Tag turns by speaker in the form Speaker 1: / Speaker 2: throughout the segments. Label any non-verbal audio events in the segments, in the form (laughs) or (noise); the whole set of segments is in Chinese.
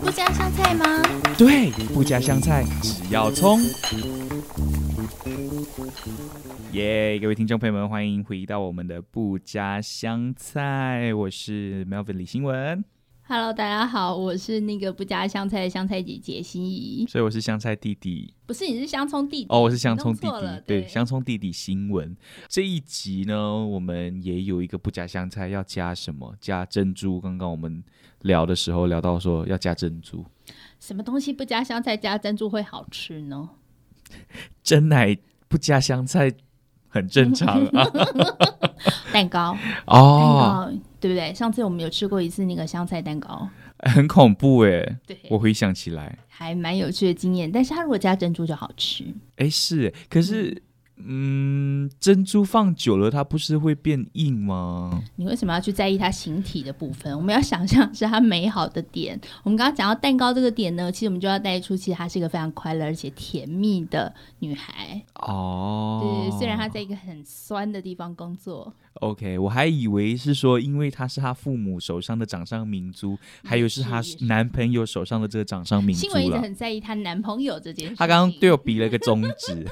Speaker 1: 不加香菜吗？
Speaker 2: 对，不加香菜，只要葱。耶、各位听众朋友们，欢迎回到我们的不加香菜，我是 Melvin 李新文，
Speaker 1: Hello，大家好，我是那个不加香菜的香菜姐姐心怡，
Speaker 2: 所以我是香菜弟弟。
Speaker 1: 不是你是香葱弟弟
Speaker 2: 哦，我是香葱弟
Speaker 1: 你弄错了
Speaker 2: 弟，对，
Speaker 1: 对
Speaker 2: 香葱弟弟新闻这一集呢，我们也有一个不加香菜，要加什么？加珍珠。刚刚我们聊的时候聊到说要加珍珠，
Speaker 1: 什么东西不加香菜加珍珠会好吃呢？
Speaker 2: 真奶不加香菜很正常啊。
Speaker 1: (laughs) 蛋糕，蛋
Speaker 2: 哦，
Speaker 1: 糕、对不对？上次我们有吃过一次那个香菜蛋糕，
Speaker 2: 很恐怖哎，
Speaker 1: 对，
Speaker 2: 我回想起来，
Speaker 1: 还蛮有趣的经验。但是它如果加珍珠就好吃，
Speaker 2: 哎是诶，可是嗯，珍珠放久了它不是会变硬吗？
Speaker 1: 你为什么要去在意它形体的部分？我们要想象是它美好的点。我们刚刚讲到蛋糕这个点呢，其实我们就要带出，其实她是一个非常快乐而且甜蜜的女孩。
Speaker 2: 哦，
Speaker 1: 对，虽然她在一个很酸的地方工作，
Speaker 2: OK，我还以为是说，因为她是她父母手上的掌上明珠，还有是她
Speaker 1: 也是
Speaker 2: 男朋友手上的这个掌上明珠
Speaker 1: 新闻一直
Speaker 2: 了。
Speaker 1: 很在意她男朋友这件事情。
Speaker 2: 她刚刚对我比了一个中指。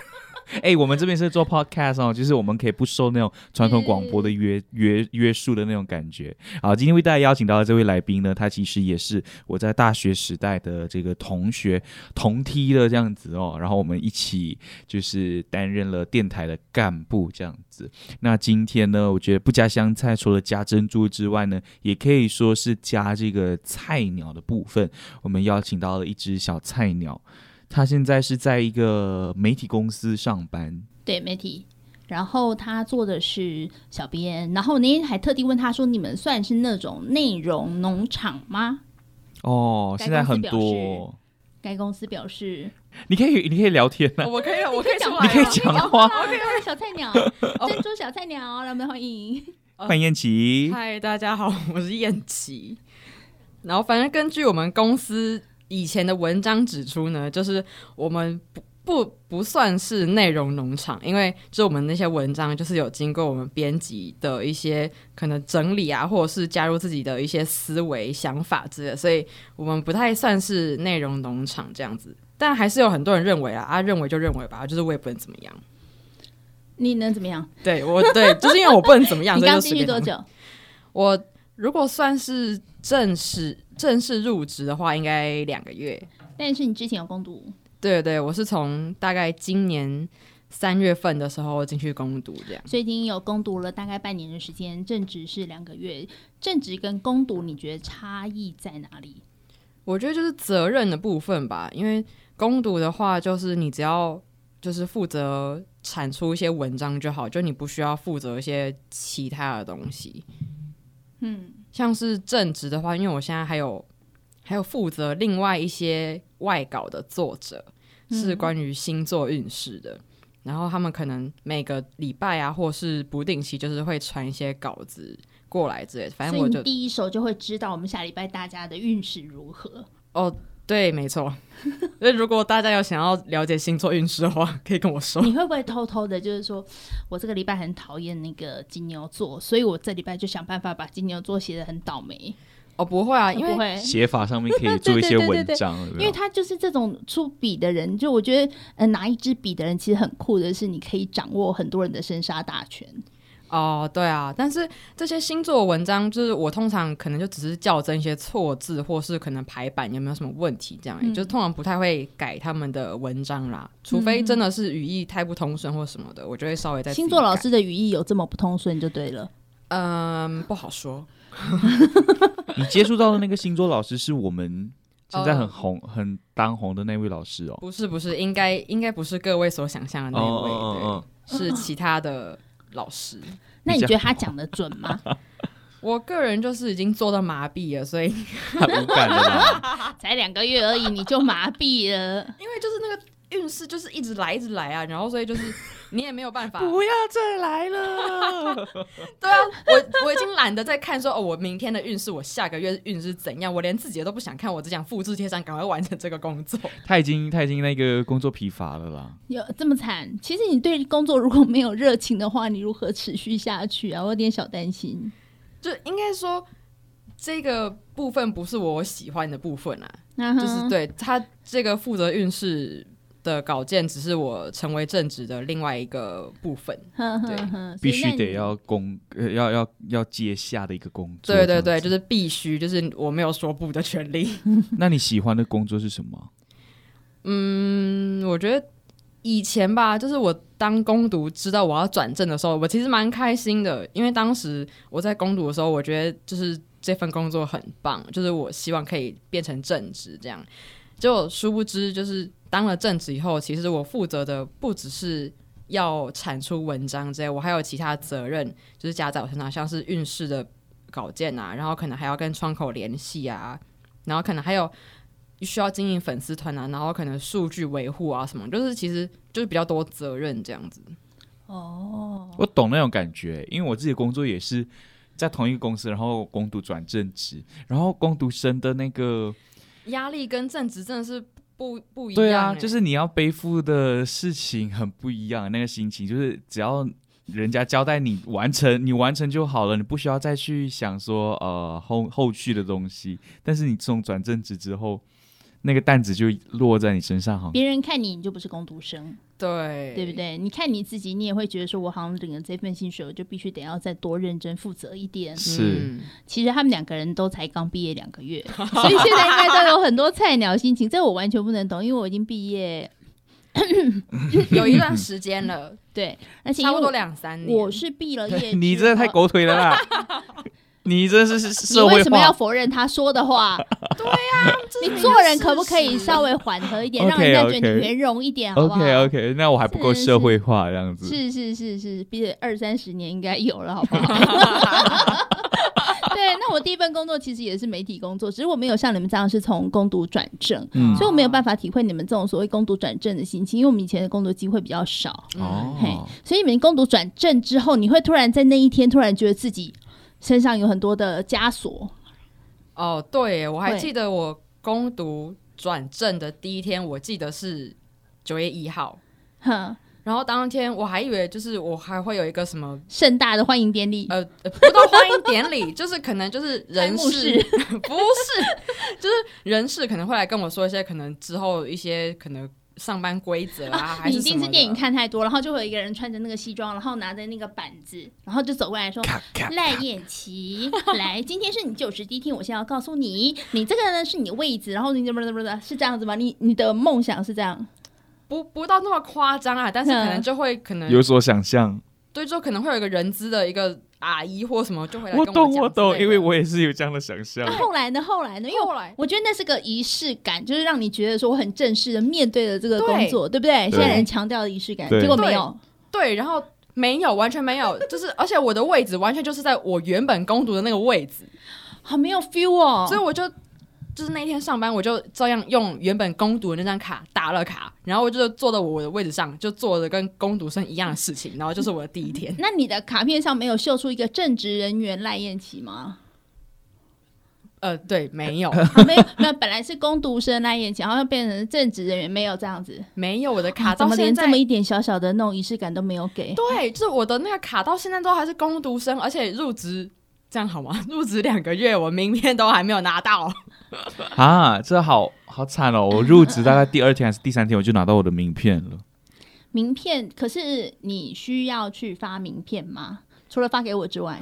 Speaker 2: (laughs) 哎、我们这边是做 podcast 哦，就是我们可以不受那种传统广播
Speaker 1: 嗯
Speaker 2: 的约约约束的那种感觉。好，今天为大家邀请到的这位来宾呢，他其实也是我在大学时代的这个同学同梯的这样子哦，然后我们一起就是担任了电台的干部这样子。那今天呢，我觉得不加香菜，除了加珍珠之外呢，也可以说是加这个菜鸟的部分。我们邀请到了一只小菜鸟，它现在是在一个媒体公司上班。
Speaker 1: 对媒体。然后他做的是小编，然后我那天还特地问他说：“你们算是那种内容农场吗
Speaker 2: 哦，
Speaker 1: 该
Speaker 2: 现在
Speaker 1: 公司
Speaker 2: 很
Speaker 1: 表
Speaker 2: 多，？”
Speaker 1: 该公司表示
Speaker 2: 你可以，你可以聊天啊，
Speaker 3: (laughs) 我可以，我可以出
Speaker 1: 讲
Speaker 3: 来
Speaker 1: 话
Speaker 3: 了，
Speaker 2: 你可以
Speaker 1: 可以
Speaker 2: 讲
Speaker 1: 讲 (laughs) 啊，
Speaker 2: 话。
Speaker 1: 小菜 (laughs) 鸟，珍珠小菜鸟，让我们欢迎。
Speaker 2: 范燕琪，
Speaker 3: 嗨，大家好， (laughs) 我是燕琪。然后，反正根据我们公司以前的文章指出呢，就是我们不不不算是内容农场，因为就是我们那些文章就是有经过我们编辑的一些可能整理啊，或者是加入自己的一些思维想法之类的，所以我们不太算是内容农场这样子。但还是有很多人认为啊，啊认为就认为吧，就是我也不能怎么样。
Speaker 1: 你能怎么样？
Speaker 3: 对我对，就是因为我不能怎么样，
Speaker 1: 你
Speaker 3: 所以就
Speaker 1: 刚
Speaker 3: 随
Speaker 1: 进去多
Speaker 3: 便他们
Speaker 1: 久？
Speaker 3: 我如果算是正式正式入职的话，应该两个月。
Speaker 1: 但是你之前有攻读，
Speaker 3: 对对，我是从大概今年三月份的时候进去攻读这样。
Speaker 1: 所以已经有攻读了大概半年的时间，正职是两个月。正职跟攻读，你觉得差异在哪里？
Speaker 3: 我觉得就是责任的部分吧，因为攻读的话，就是你只要就是负责产出一些文章就好，就你不需要负责一些其他的东西。嗯，像是正职的话，因为我现在还有还有负责另外一些外稿的作者，
Speaker 1: 嗯
Speaker 3: 是关于星座运势的。然后他们可能每个礼拜啊，或是不定期，就是会传一些稿子过来之类的。反正
Speaker 1: 所以
Speaker 3: 我
Speaker 1: 你
Speaker 3: 就
Speaker 1: 第一手就会知道我们下礼拜大家的运势如
Speaker 3: (laughs)
Speaker 1: 何。
Speaker 3: 对，没错。 (laughs) 所以如果大家有想要了解星座运势的话，可以跟我说。
Speaker 1: 你会不会偷偷的，就是说我这个礼拜很讨厌那个金牛座，所以我这礼拜就想办法把金牛座写的很倒霉。
Speaker 3: (laughs) 哦，不会啊，因
Speaker 1: 不
Speaker 3: 为
Speaker 1: 会，
Speaker 2: 写法上面可
Speaker 1: (laughs)
Speaker 2: 以做一些
Speaker 1: 对对对
Speaker 2: 文
Speaker 1: 对
Speaker 2: 章，有没
Speaker 1: 因为
Speaker 2: 有
Speaker 1: 他就是这种出笔的人，就我觉得，呃，拿一支笔的人其实很酷的是，你可以掌握很多人的生杀大权。
Speaker 3: 哦，对啊，但是这些星座文章，就是我通常可能就只是校正一些错字，或是可能排版有没有什么问题这样而已，就通常不太会改他们的文章啦，除非真的是语义太不通顺或什么的，我就会稍微再
Speaker 1: 星
Speaker 3: 自己
Speaker 1: 座老
Speaker 3: 改，
Speaker 1: 师的语义有这么不通顺就对了。
Speaker 3: 嗯，不好说。
Speaker 2: 你接触到的那个星座老师是我们现在很
Speaker 3: 哦
Speaker 2: 红、很当红的那位老师
Speaker 1: (laughs)
Speaker 2: 哦。
Speaker 3: 不是不是，应该应该不是各位所想象的那一位，
Speaker 2: 哦
Speaker 3: 对，是其他的老师。
Speaker 1: 那你
Speaker 2: 比较
Speaker 1: 觉得他讲的准吗？ (laughs)
Speaker 3: 我个人就是已经做到麻痹了，所以因
Speaker 2: 哦，他无感了吧？
Speaker 1: (laughs) 啊才两个月而已，你就麻痹了。
Speaker 3: 为就是那个运势就是一直来一直来啊，然后所以就是 (laughs) 你也没有办法，
Speaker 2: 要再来
Speaker 1: (laughs)
Speaker 2: 了。
Speaker 3: 对啊，我我已经懒得再看说哦，我明天的运势，我下个月运势怎样，我连自己的都不想看，我只想复制贴上，赶快完成这个工作。
Speaker 2: 他已经他已经那个工作疲乏了啦。
Speaker 1: 有这么惨？其实你对工作如果没有热情的话，你如何持续下去啊？我有点小担心。
Speaker 3: 就应该说，这个部分不是我喜欢的部分啊，
Speaker 1: 嗯哼
Speaker 3: 就是对他这个负责运势的稿件，只是我成为正职的另外一个部分。
Speaker 1: 哼
Speaker 3: 对
Speaker 1: 哼哼
Speaker 2: 必
Speaker 1: 所以
Speaker 2: 须
Speaker 1: 那
Speaker 2: 得
Speaker 1: 你
Speaker 2: 要工，呃、要要要接下的一个工作。
Speaker 3: 对
Speaker 2: 这
Speaker 3: 对
Speaker 2: 样
Speaker 3: 对，
Speaker 2: 子
Speaker 3: 就是必须，就是我没有说不的权利。
Speaker 2: 那你喜欢的工作是什么？
Speaker 3: 嗯，我觉得以前吧，就是我当攻读知道我要转正的时候，我其实蛮开心的，因为当时我在攻读的时候，我觉得就是这份工作很棒，就是我希望可以变成正职这样。结果殊不知，就是当了正职以后，其实我负责的不只是要产出文章这些，我还有其他责任，就是加在我身上，像是运势的稿件啊，然后可能还要跟窗口联系啊，然后可能还有需要经营粉丝团啊，然后可能数据维护啊什么，就是其实就是比较多责任这样子。
Speaker 2: 我懂那种感觉，因为我自己的工作也是在同一个公司，然后攻读转正职，然后攻读生的那个，
Speaker 3: 压力跟正职真的是不不一样欸、
Speaker 2: 对啊，就是你要背负的事情很不一样，那个心情就是只要。人家交代你完成，你完成就好了，你不需要再去想说呃后后续的东西。但是你这种转正职之后，那个担子就落在你身上，好像
Speaker 1: 别人看你，你就不是工读生，
Speaker 3: 对
Speaker 1: 对不？对？你看你自己，你也会觉得说，我好像领了这份薪水，我就必须得要再多认真负责一点。
Speaker 2: 是、
Speaker 3: 嗯
Speaker 1: 其实他们两个人都才刚毕业两个
Speaker 3: (laughs)
Speaker 1: 月，所以现在应该都有很多菜鸟心情。这我完全不能懂，因为我已经毕业，
Speaker 3: 有一段时间了，
Speaker 1: 对，而且因
Speaker 3: 差
Speaker 1: 为
Speaker 3: 不
Speaker 1: 我
Speaker 3: 多两三年。
Speaker 1: 我是毕了业之后，
Speaker 2: (laughs) 你真的太狗腿了啦！你真是是
Speaker 1: 你
Speaker 2: 社会
Speaker 1: 为什么要
Speaker 2: 化。
Speaker 1: 否认他说的话？
Speaker 3: 这是
Speaker 1: 你做人可不可以稍微缓和一点，让人家觉得
Speaker 2: OK，OK
Speaker 1: 你圆融一点，好不好
Speaker 2: OK OK，那我还不够
Speaker 1: 是
Speaker 2: 社会化这样子。
Speaker 1: 是是是是，毕业二三十年应该有了，好不好？ (laughs) 对，那我第一份工作其实也是媒体工作，只是我没有像你们这样是从攻读转正，
Speaker 2: 嗯
Speaker 1: 所以我没有办法体会你们这种所谓攻读转正的心情，因为我们以前的工作机会比较少，
Speaker 3: 嗯
Speaker 1: 嗯嘿
Speaker 2: 哦，
Speaker 1: 所以你们攻读转正之后，你会突然在那一天突然觉得自己身上有很多的枷锁，
Speaker 3: 哦，对，我还
Speaker 1: 会
Speaker 3: 记得我攻读转正的第一天，我记得是九月一号。
Speaker 1: 哼，
Speaker 3: 然后当天我还以为就是我还会有一个什么
Speaker 1: 盛大的欢迎典礼，
Speaker 3: 呃呃不到欢迎典礼，就是可能就是人
Speaker 1: 开幕
Speaker 3: 事 (laughs) 不是，就是人事可能会来跟我说一些可能之后一些可能上班规则啊，还
Speaker 1: 你
Speaker 3: 是
Speaker 1: 一
Speaker 3: 什
Speaker 1: 定
Speaker 3: 么
Speaker 1: 是
Speaker 3: 的
Speaker 1: 电影看太多，然后就会有一个人穿着那个西装，然后拿着那个板子，然后就走过来说：“
Speaker 2: 咔咔，
Speaker 1: 赖燕琪，来，今天是你就职第一天，我现在要告诉你，你这个呢是你的位置，然后你怎么怎么的，是这样子吗？你你的梦想是这样，
Speaker 3: 不不到那么夸张啊，但是可能
Speaker 1: 嗯
Speaker 3: 就会可能
Speaker 2: 有所想象。
Speaker 3: 对，就可能会有一个人资的一个阿姨或什么就会来跟
Speaker 2: 我懂，
Speaker 3: 讲
Speaker 2: 我懂，
Speaker 3: 之类的
Speaker 2: 因为我也是有这样的想象
Speaker 1: 那。啊后来呢？后来呢？因为
Speaker 3: 后
Speaker 1: 我
Speaker 3: 来
Speaker 1: 我觉得那是个仪式感，就是让你觉得说我很正式的面对了这个
Speaker 3: 对
Speaker 1: 工作，对不对？
Speaker 2: 对
Speaker 1: 现在人强调仪式感，
Speaker 2: 对
Speaker 1: 结果没有，
Speaker 3: 对，然后没有完全没有，就是而且我的位置完全就是在我原本攻读的那个位置，
Speaker 1: 好没有 feel 哦。。
Speaker 3: 所以我就就是那一天上班，我就照样用原本攻读的那张卡打了卡，然后我就坐到我的位置上，就做了跟攻读生一样的事情，然后就是我的第一天
Speaker 1: (laughs) 那你的卡片上没有秀出一个正职人员赖燕琪吗？
Speaker 3: 呃，对，没
Speaker 1: (laughs)
Speaker 3: 有，
Speaker 1: 啊没有，没有，本来是攻读生啊来演讲，然后变成正职人员，没有这样子。
Speaker 3: 没有我的卡
Speaker 1: 怎
Speaker 3: 到
Speaker 1: 么连
Speaker 3: 现在
Speaker 1: 这么。一点小小的那种仪式感都没有给？
Speaker 3: 对，就是我的那个卡到现在都还是攻读生，而且入职这样好吗？入职两个月，我名片都还没有拿
Speaker 1: (laughs)
Speaker 3: 到。
Speaker 2: 啊，这好好惨哦！我入职大概第二天还是第三天，我就拿到我的名片
Speaker 1: (laughs)
Speaker 2: 了。
Speaker 1: 名片，可是你需要去发名片吗？除了发给我之外，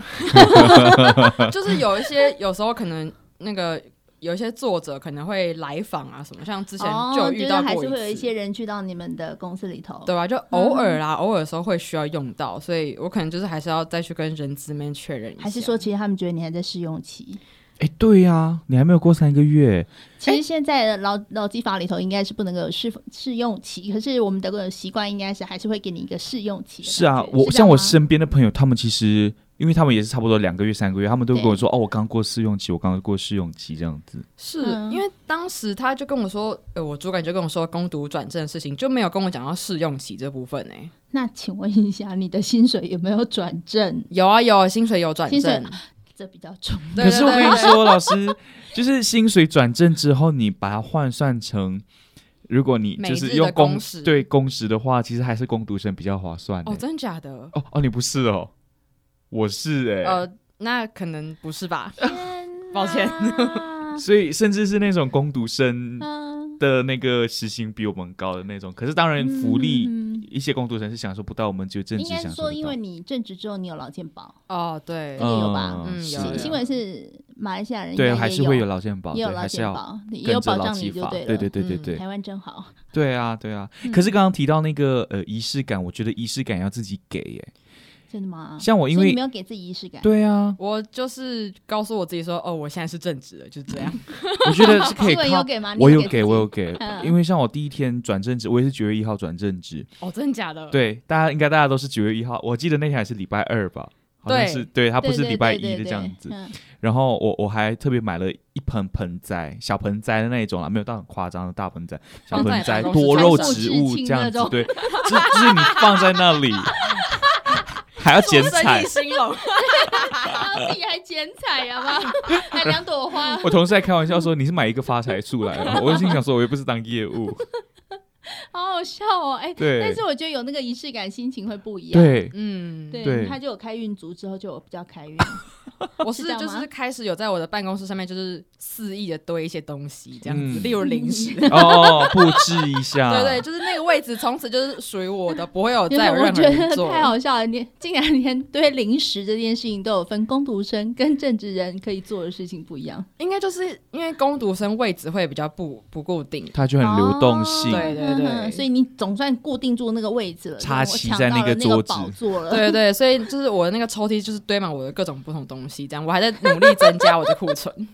Speaker 3: 就是有一些有时候可能那个有一些作者可能会来访啊什么，像之前就有
Speaker 1: 哦、就
Speaker 3: 遇
Speaker 1: 是
Speaker 3: 到
Speaker 1: 还
Speaker 3: 过
Speaker 1: 是会有一
Speaker 3: 一次
Speaker 1: 些人去到你们的公司里头。
Speaker 3: 对吧？就偶
Speaker 1: 嗯
Speaker 3: 尔啦，偶尔的时候会需要用到，所以我可能就是还是要再去跟人资们确认一下。
Speaker 1: 还是说，其实他们觉得你还在试用期？
Speaker 2: 哎，对呀、你还没有过三个月，
Speaker 1: 其实现在的劳劳基法里头应该是不能够有试试用期，可是我们的习惯应该是还是会给你一个试用期的感觉。
Speaker 2: 是啊，我
Speaker 1: 这
Speaker 2: 像
Speaker 1: 样
Speaker 2: 我
Speaker 1: 吗
Speaker 2: 身边的朋友，他们其实因为他们也是差不多两个月、三个月，他们都会跟我说：“哦，我刚过试用期，我刚过试用期这样子。
Speaker 3: 是、
Speaker 1: 嗯
Speaker 3: 因为当时他就跟我说，呃，我主管就跟我说攻读转正的事情，就没有跟我讲到试用期这部分欸呢、
Speaker 1: 那请问一下，你的薪水有没有转正？
Speaker 3: 有啊有啊，薪水有转
Speaker 1: 薪水
Speaker 3: 正，
Speaker 1: 这比较重要。
Speaker 3: 对
Speaker 2: (laughs) 可是我
Speaker 3: 对
Speaker 2: 跟
Speaker 3: 对
Speaker 2: 你
Speaker 3: 对
Speaker 2: 说，老师，就是薪水转正之后，你把它换算成，如果你
Speaker 3: 每
Speaker 2: 就是
Speaker 3: 日的
Speaker 2: 用
Speaker 3: 工
Speaker 2: 工
Speaker 3: 时
Speaker 2: 对工时的话，其实还是工读生比较划算欸、
Speaker 3: 哦，真假的？
Speaker 2: 哦哦，你不是哦，我是哎、
Speaker 3: 呃，那可能不是吧？
Speaker 1: 天
Speaker 3: 抱歉，
Speaker 1: (laughs)
Speaker 2: 所以甚至是那种攻读生
Speaker 1: 嗯，
Speaker 2: 的那个时薪比我们高的那种，可是当然福利
Speaker 1: 嗯
Speaker 2: 一些攻读生是享受不到，我们只有正
Speaker 1: 应
Speaker 2: 职
Speaker 1: 该
Speaker 2: 享受
Speaker 1: 说，
Speaker 2: 得
Speaker 1: 因为
Speaker 2: 到。
Speaker 1: 你正职之后你有劳健保，
Speaker 3: 哦，对，
Speaker 1: 嗯有吧
Speaker 3: 嗯
Speaker 2: 是啊
Speaker 3: 有
Speaker 1: 新
Speaker 3: 有
Speaker 1: 新闻是马来西亚人应
Speaker 2: 对，
Speaker 1: 该
Speaker 2: 还
Speaker 1: 也
Speaker 2: 是会有劳健保，
Speaker 1: 也有
Speaker 2: 对
Speaker 1: 劳
Speaker 2: 还是
Speaker 1: 健
Speaker 2: 要
Speaker 1: 保，也有
Speaker 2: 跟着
Speaker 1: 保
Speaker 2: 劳
Speaker 1: 障
Speaker 2: 基
Speaker 1: 你就
Speaker 2: 法，
Speaker 1: 对了。
Speaker 2: 对对对对
Speaker 3: 嗯
Speaker 2: 对
Speaker 1: 台湾真好，
Speaker 2: 对啊对啊。
Speaker 1: 嗯
Speaker 2: 可是刚刚提到那个呃仪式感，我觉得仪式感要自己给耶。
Speaker 1: 真的吗？
Speaker 2: 像我
Speaker 1: 啊
Speaker 2: 因
Speaker 1: 所以
Speaker 2: 为
Speaker 1: 你没有给自己仪式感，
Speaker 2: 对啊，
Speaker 3: 我就是告诉我自己说，哦，我现在是正直的，就是
Speaker 2: (laughs)
Speaker 3: 这样。
Speaker 2: 我
Speaker 1: (laughs)
Speaker 2: 觉得是可以
Speaker 1: 新闻啊有
Speaker 2: 靠。
Speaker 1: 给吗？你
Speaker 2: 我有
Speaker 1: 自己
Speaker 2: 给，我有给，
Speaker 1: 嗯
Speaker 2: 因为像我第一天转正职，我也是九月一号转正职，
Speaker 3: 哦，真的假的？，
Speaker 2: 对，大家应该大家都是九月一号，我记得那天还是礼拜二吧，好像
Speaker 3: 对
Speaker 2: 是，对，它不
Speaker 1: 对
Speaker 2: 是
Speaker 1: 对
Speaker 2: 礼拜
Speaker 1: 对
Speaker 2: 一的
Speaker 1: 对
Speaker 2: 这样子。
Speaker 1: 嗯
Speaker 2: 然后我我还特别买了一盆盆栽，小盆栽的那一种啦，没有到很夸张的大盆栽，小
Speaker 3: 放在
Speaker 2: 盆栽
Speaker 3: 办公室
Speaker 2: 多肉
Speaker 1: 传授
Speaker 2: 植
Speaker 1: 至
Speaker 2: 物
Speaker 1: 亲
Speaker 2: 这样
Speaker 1: 那
Speaker 2: 子，
Speaker 1: 种
Speaker 2: 对， (laughs) 就就是你放在那里， (laughs) 还要剪
Speaker 3: 生
Speaker 2: 彩
Speaker 3: 意。兴隆， (laughs)
Speaker 1: 然 (laughs) 后自己还剪彩，好 (laughs) 吗？还两朵 (laughs) 花，
Speaker 2: 我同事还开玩笑说你是买一个发财树来哦，我心想说我又不是当业务，
Speaker 1: 好好笑哦！哎，
Speaker 2: 对
Speaker 1: 但是我觉得有那个仪式感，心情会不一样。
Speaker 2: 对，
Speaker 3: 嗯，
Speaker 1: 对，
Speaker 2: 对
Speaker 1: 他就有开运足之后就有比较开运。
Speaker 3: (laughs) 我
Speaker 1: 是这
Speaker 3: 是
Speaker 1: 样
Speaker 3: 就
Speaker 1: 吗
Speaker 3: 是开始有在我的办公室上面就是肆意的堆一些东西，这样子，
Speaker 2: 嗯
Speaker 3: 例如零
Speaker 1: (laughs)
Speaker 3: 食。
Speaker 2: 哦，布置一下，
Speaker 3: 对对，就是那个位置，从此就是属于我的，不
Speaker 1: (laughs)
Speaker 3: 会有
Speaker 1: 因
Speaker 3: 再
Speaker 1: 为
Speaker 3: 有
Speaker 1: 我
Speaker 3: 任何
Speaker 1: 觉
Speaker 3: 人
Speaker 1: 得
Speaker 3: 做。
Speaker 1: 太好笑了，你竟然连对零食这件事情都有分，工读生跟正职人可以做的事情不一样。
Speaker 3: 应该就是因为攻读生位置会比较不不固
Speaker 1: (laughs)
Speaker 3: 定，
Speaker 2: 它就很流动性，
Speaker 3: 哦对对对
Speaker 1: 哦嗯哼所以你总算固定住那个位置了，
Speaker 2: 插旗
Speaker 1: 我抢
Speaker 2: 在
Speaker 1: 到
Speaker 2: 那个
Speaker 1: 了那
Speaker 2: 桌
Speaker 1: 个
Speaker 2: 子
Speaker 1: 宝座了。
Speaker 3: 对对，所以就是我的那个抽屉就是堆满我的各种不同东西，这样我还在努力增加我的库存。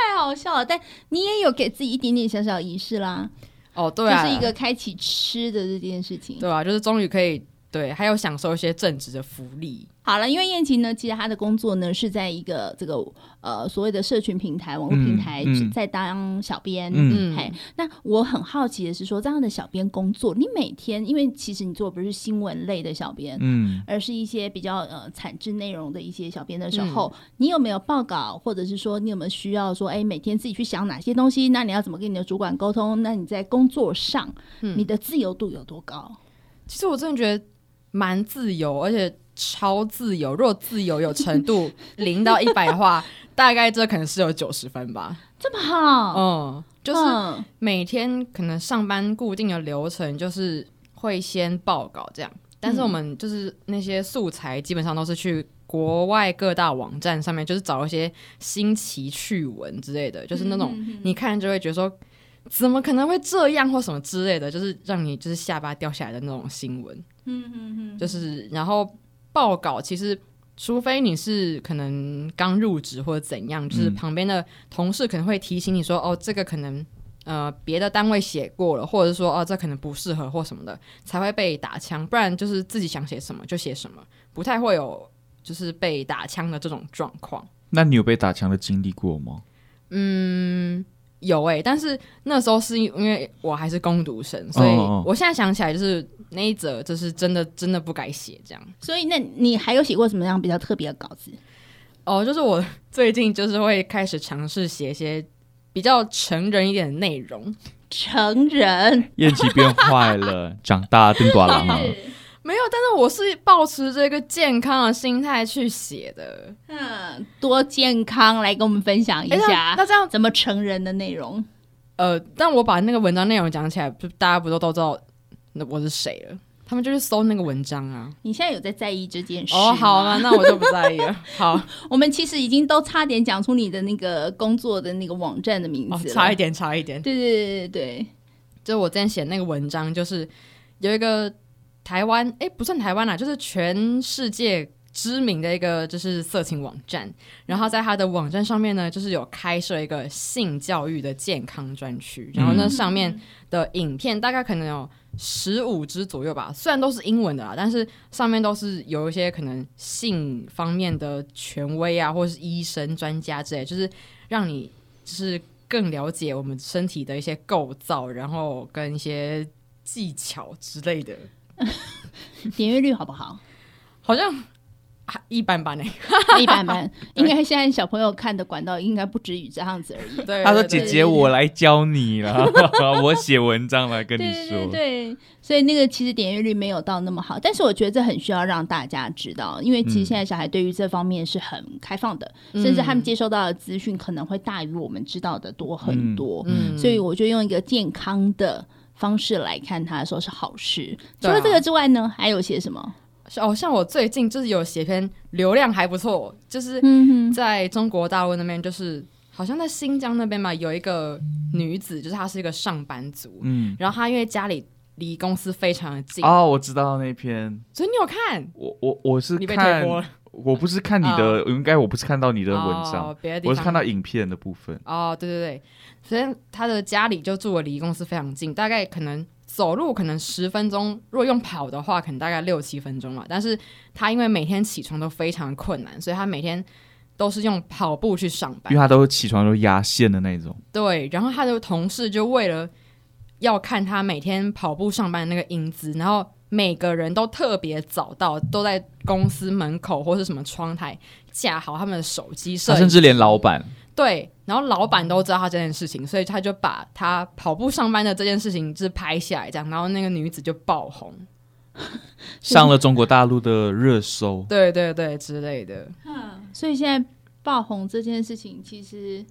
Speaker 1: 太好笑了，但你也有给自己一点点小小仪式啦，
Speaker 3: 哦，对啊，
Speaker 1: 就是一个开启吃的这件事情。
Speaker 3: 对啊，就是终于可以对，还有享受一些正职的福利。
Speaker 1: 好了，因为燕琪呢，其实她的工作呢是在一个这个呃所谓的社群平台、网络平台，
Speaker 2: 嗯嗯
Speaker 1: 在当小编。
Speaker 2: 嗯
Speaker 3: 嗯，
Speaker 1: 嘿，那我很好奇的是说这样的小编工作，你每天因为其实你做的不是新闻类的小编，
Speaker 2: 嗯，
Speaker 1: 而是一些比较呃产制内容的一些小编的时候，
Speaker 3: 嗯
Speaker 1: 你有没有报告，或者是说你有没有需要说，哎，每天自己去想哪些东西？那你要怎么跟你的主管沟通？那你在工作上，
Speaker 3: 嗯
Speaker 1: 你的自由度有多高？
Speaker 3: 其实我真的觉得蛮自由，而且超自由。如果自由有程度零到一百的话，大概这可能是有九十分吧。
Speaker 1: 这么好，
Speaker 3: 嗯，就是
Speaker 1: 嗯
Speaker 3: 每天可能上班固定的流程就是会先报告这样，但是我们就是那些素材基本上都是去国外各大网站上面，就是找一些新奇趣闻之类的，
Speaker 1: 嗯
Speaker 3: 就是那种你看就会觉得说。怎么可能会这样或什么之类的，就是让你就是下巴掉下来的那种新闻，
Speaker 1: 嗯嗯嗯，
Speaker 3: 就是然后报告其实，除非你是可能刚入职或者怎样，就是
Speaker 2: 嗯
Speaker 3: 旁边的同事可能会提醒你说，哦，这个可能呃别的单位写过了，或者说哦这可能不适合或什么的，才会被打枪，不然就是自己想写什么就写什么，不太会有就是被打枪的这种状况。
Speaker 2: 那你有被打墙的经历过吗？ (laughs)
Speaker 3: 有哎、但是那时候是因为我还是攻读生，所以
Speaker 2: 哦哦
Speaker 3: 我现在想起来就是那一则，就是真的真的不该写这样。
Speaker 1: 所以那你还有写过什么样比较特别的稿子？
Speaker 3: 哦，就是我 (laughs) 最近就是会开始尝试写一些比较成人一点的内容，
Speaker 1: 成人
Speaker 2: 燕琪变坏了，长大变短了嘛。
Speaker 3: 没有，但是我是抱持这个健康的心态去写的。
Speaker 1: 嗯，多健康，来跟我们分享一
Speaker 3: 诶
Speaker 1: 下
Speaker 3: 哎那那这样，
Speaker 1: 怎么成人的内容。
Speaker 3: 呃，但我把那个文章内容讲起来，就大家不都都知道那我是谁了？他们就去搜那个文章啊。
Speaker 1: 你现在有在在意这件事
Speaker 3: 哦，好
Speaker 1: 吗
Speaker 3: 嘛，那我就不在意了。好，
Speaker 1: 我们其实已经都差点讲出你的那个工作的那个网站的名
Speaker 3: 哦
Speaker 1: 字、，
Speaker 3: 差一
Speaker 1: 点。
Speaker 3: 点，差一点。
Speaker 1: 对对对对对，
Speaker 3: 就我之前写那个文章，就是有一个台湾，诶，不算台湾啦，就是全世界知名的一个就是色情网站，然后在它的网站上面呢，就是有开设一个性教育的健康专区，然后那
Speaker 2: 嗯
Speaker 3: 上面的影片大概可能有。十五支左右吧，虽然都是英文的啦，但是上面都是有一些可能性方面的权威啊，或是医生、专家之类，就是让你就是更了解我们身体的一些构造，然后跟一些技巧之类的。
Speaker 1: 嗯点阅率好不好？ (laughs)
Speaker 3: 好像啊一般般呢、欸。
Speaker 1: 一般
Speaker 3: (laughs)
Speaker 1: 般。应该现在小朋友看的管道应该不止于这样子而已。
Speaker 3: 对，
Speaker 2: 他说：“
Speaker 3: 对
Speaker 2: 姐姐，我来教你了， (laughs) 我写文章来跟你
Speaker 1: 对对
Speaker 2: 说。”
Speaker 1: 对，所以那个其实点阅率没有到那么好，但是我觉得这很需要让大家知道，因为其实现在小孩对于这方面是很开放的，甚至他们接收到的资讯可能会大于我们知道的多很多，
Speaker 3: 嗯
Speaker 1: 所以我就用一个健康的。方式来看它的时候是好事。除
Speaker 3: 对啊
Speaker 1: 了这个之外呢，还有些什么？
Speaker 3: 哦，像我最近就是有写篇流量还不错，就是
Speaker 1: 嗯哼，
Speaker 3: 在中国大陆那边，就是好像在新疆那边吧，有一个女子，就是她是一个上班族，
Speaker 2: 嗯，
Speaker 3: 然后她因为家里离公司非常的近，
Speaker 2: 哦，我知道那篇，
Speaker 3: 所以你有看？
Speaker 2: 我我我是
Speaker 3: 你被推
Speaker 2: 看，
Speaker 3: 播了
Speaker 2: 我不是看你的，应该我不是看到你的文章，
Speaker 3: 哦，别的地
Speaker 2: 我
Speaker 3: 方
Speaker 2: 是看到影片的部分。
Speaker 3: 哦，对对对，所以她的家里就住的离公司非常近，大概可能走路可能十分钟，如果用跑的话，可能大概六七分钟了。但是她因为每天起床都非常困难，所以她每天都是用跑步去上班
Speaker 2: 因为。他都起床都压线的那种，
Speaker 3: 对，然后他的同事就为了要看他每天跑步上班的那个英姿，然后每个人都特别早到，都在公司门口或是什么窗台架好他们的手机摄
Speaker 2: 他
Speaker 3: 影，
Speaker 2: 啊甚至连老板，
Speaker 3: 对，然后老板都知道他这件事情，所以他就把他跑步上班的这件事情就是拍下来，这样，然后那个女子就爆红，
Speaker 2: 上了中国大陆的热搜。
Speaker 3: 对对对之类的，
Speaker 1: 所以现在爆红这件事情其实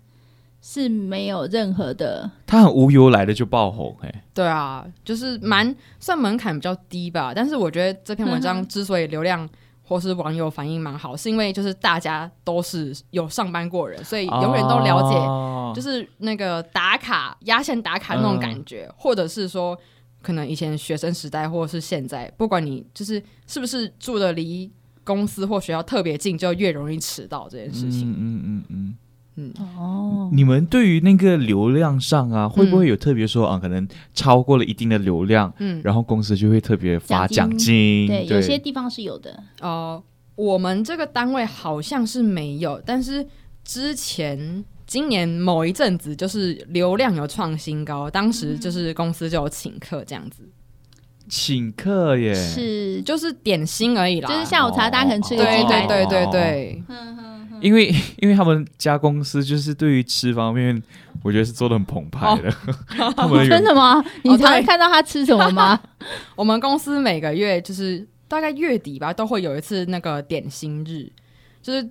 Speaker 1: 是没有任何的
Speaker 2: 他很无由来的就爆红、欸，哎，
Speaker 3: 对啊，就是蛮算门槛比较低吧，但是我觉得这篇文章之所以流量或是网友反应蛮好，是因为就是大家都是有上班过人，所以永远都了
Speaker 2: 哦解，
Speaker 3: 解，就是那个打卡压线打卡那种感觉，或者是说可能以前学生时代或者是现在，不管你就是是不是住的离公司或学校特别近，就越容易迟到这件事情。
Speaker 2: 嗯嗯嗯嗯。
Speaker 3: 嗯，
Speaker 1: 哦。
Speaker 2: 你们对于那个流量上啊，会不会有特别说啊，可能超过了一定的流量，
Speaker 3: 嗯
Speaker 2: 然后公司就会特别发
Speaker 1: 奖
Speaker 2: 奖金？
Speaker 1: 对，有些地方是有的。
Speaker 3: 哦，我们这个单位好像是没有，但是之前今年某一阵子就是流量有创新高，当时就是公司就有请客这样子，
Speaker 2: 请客耶，
Speaker 1: 是，就
Speaker 3: 就是点心而已啦。
Speaker 1: 嗯是下午茶，大家可能吃个
Speaker 3: 对
Speaker 1: 鸡
Speaker 3: 对
Speaker 1: 蛋。
Speaker 3: 哦对对对，
Speaker 1: 嗯
Speaker 2: 哦因为因为他们家公司就是对于吃方面，我觉得是做的很澎湃的。 (laughs) 他们有
Speaker 1: 哦 (laughs) 真的吗？你常常
Speaker 3: 哦对
Speaker 1: 看到他吃什么吗？
Speaker 3: 我们公司每个月就是大概月底吧，都会有一次那个点心日，就是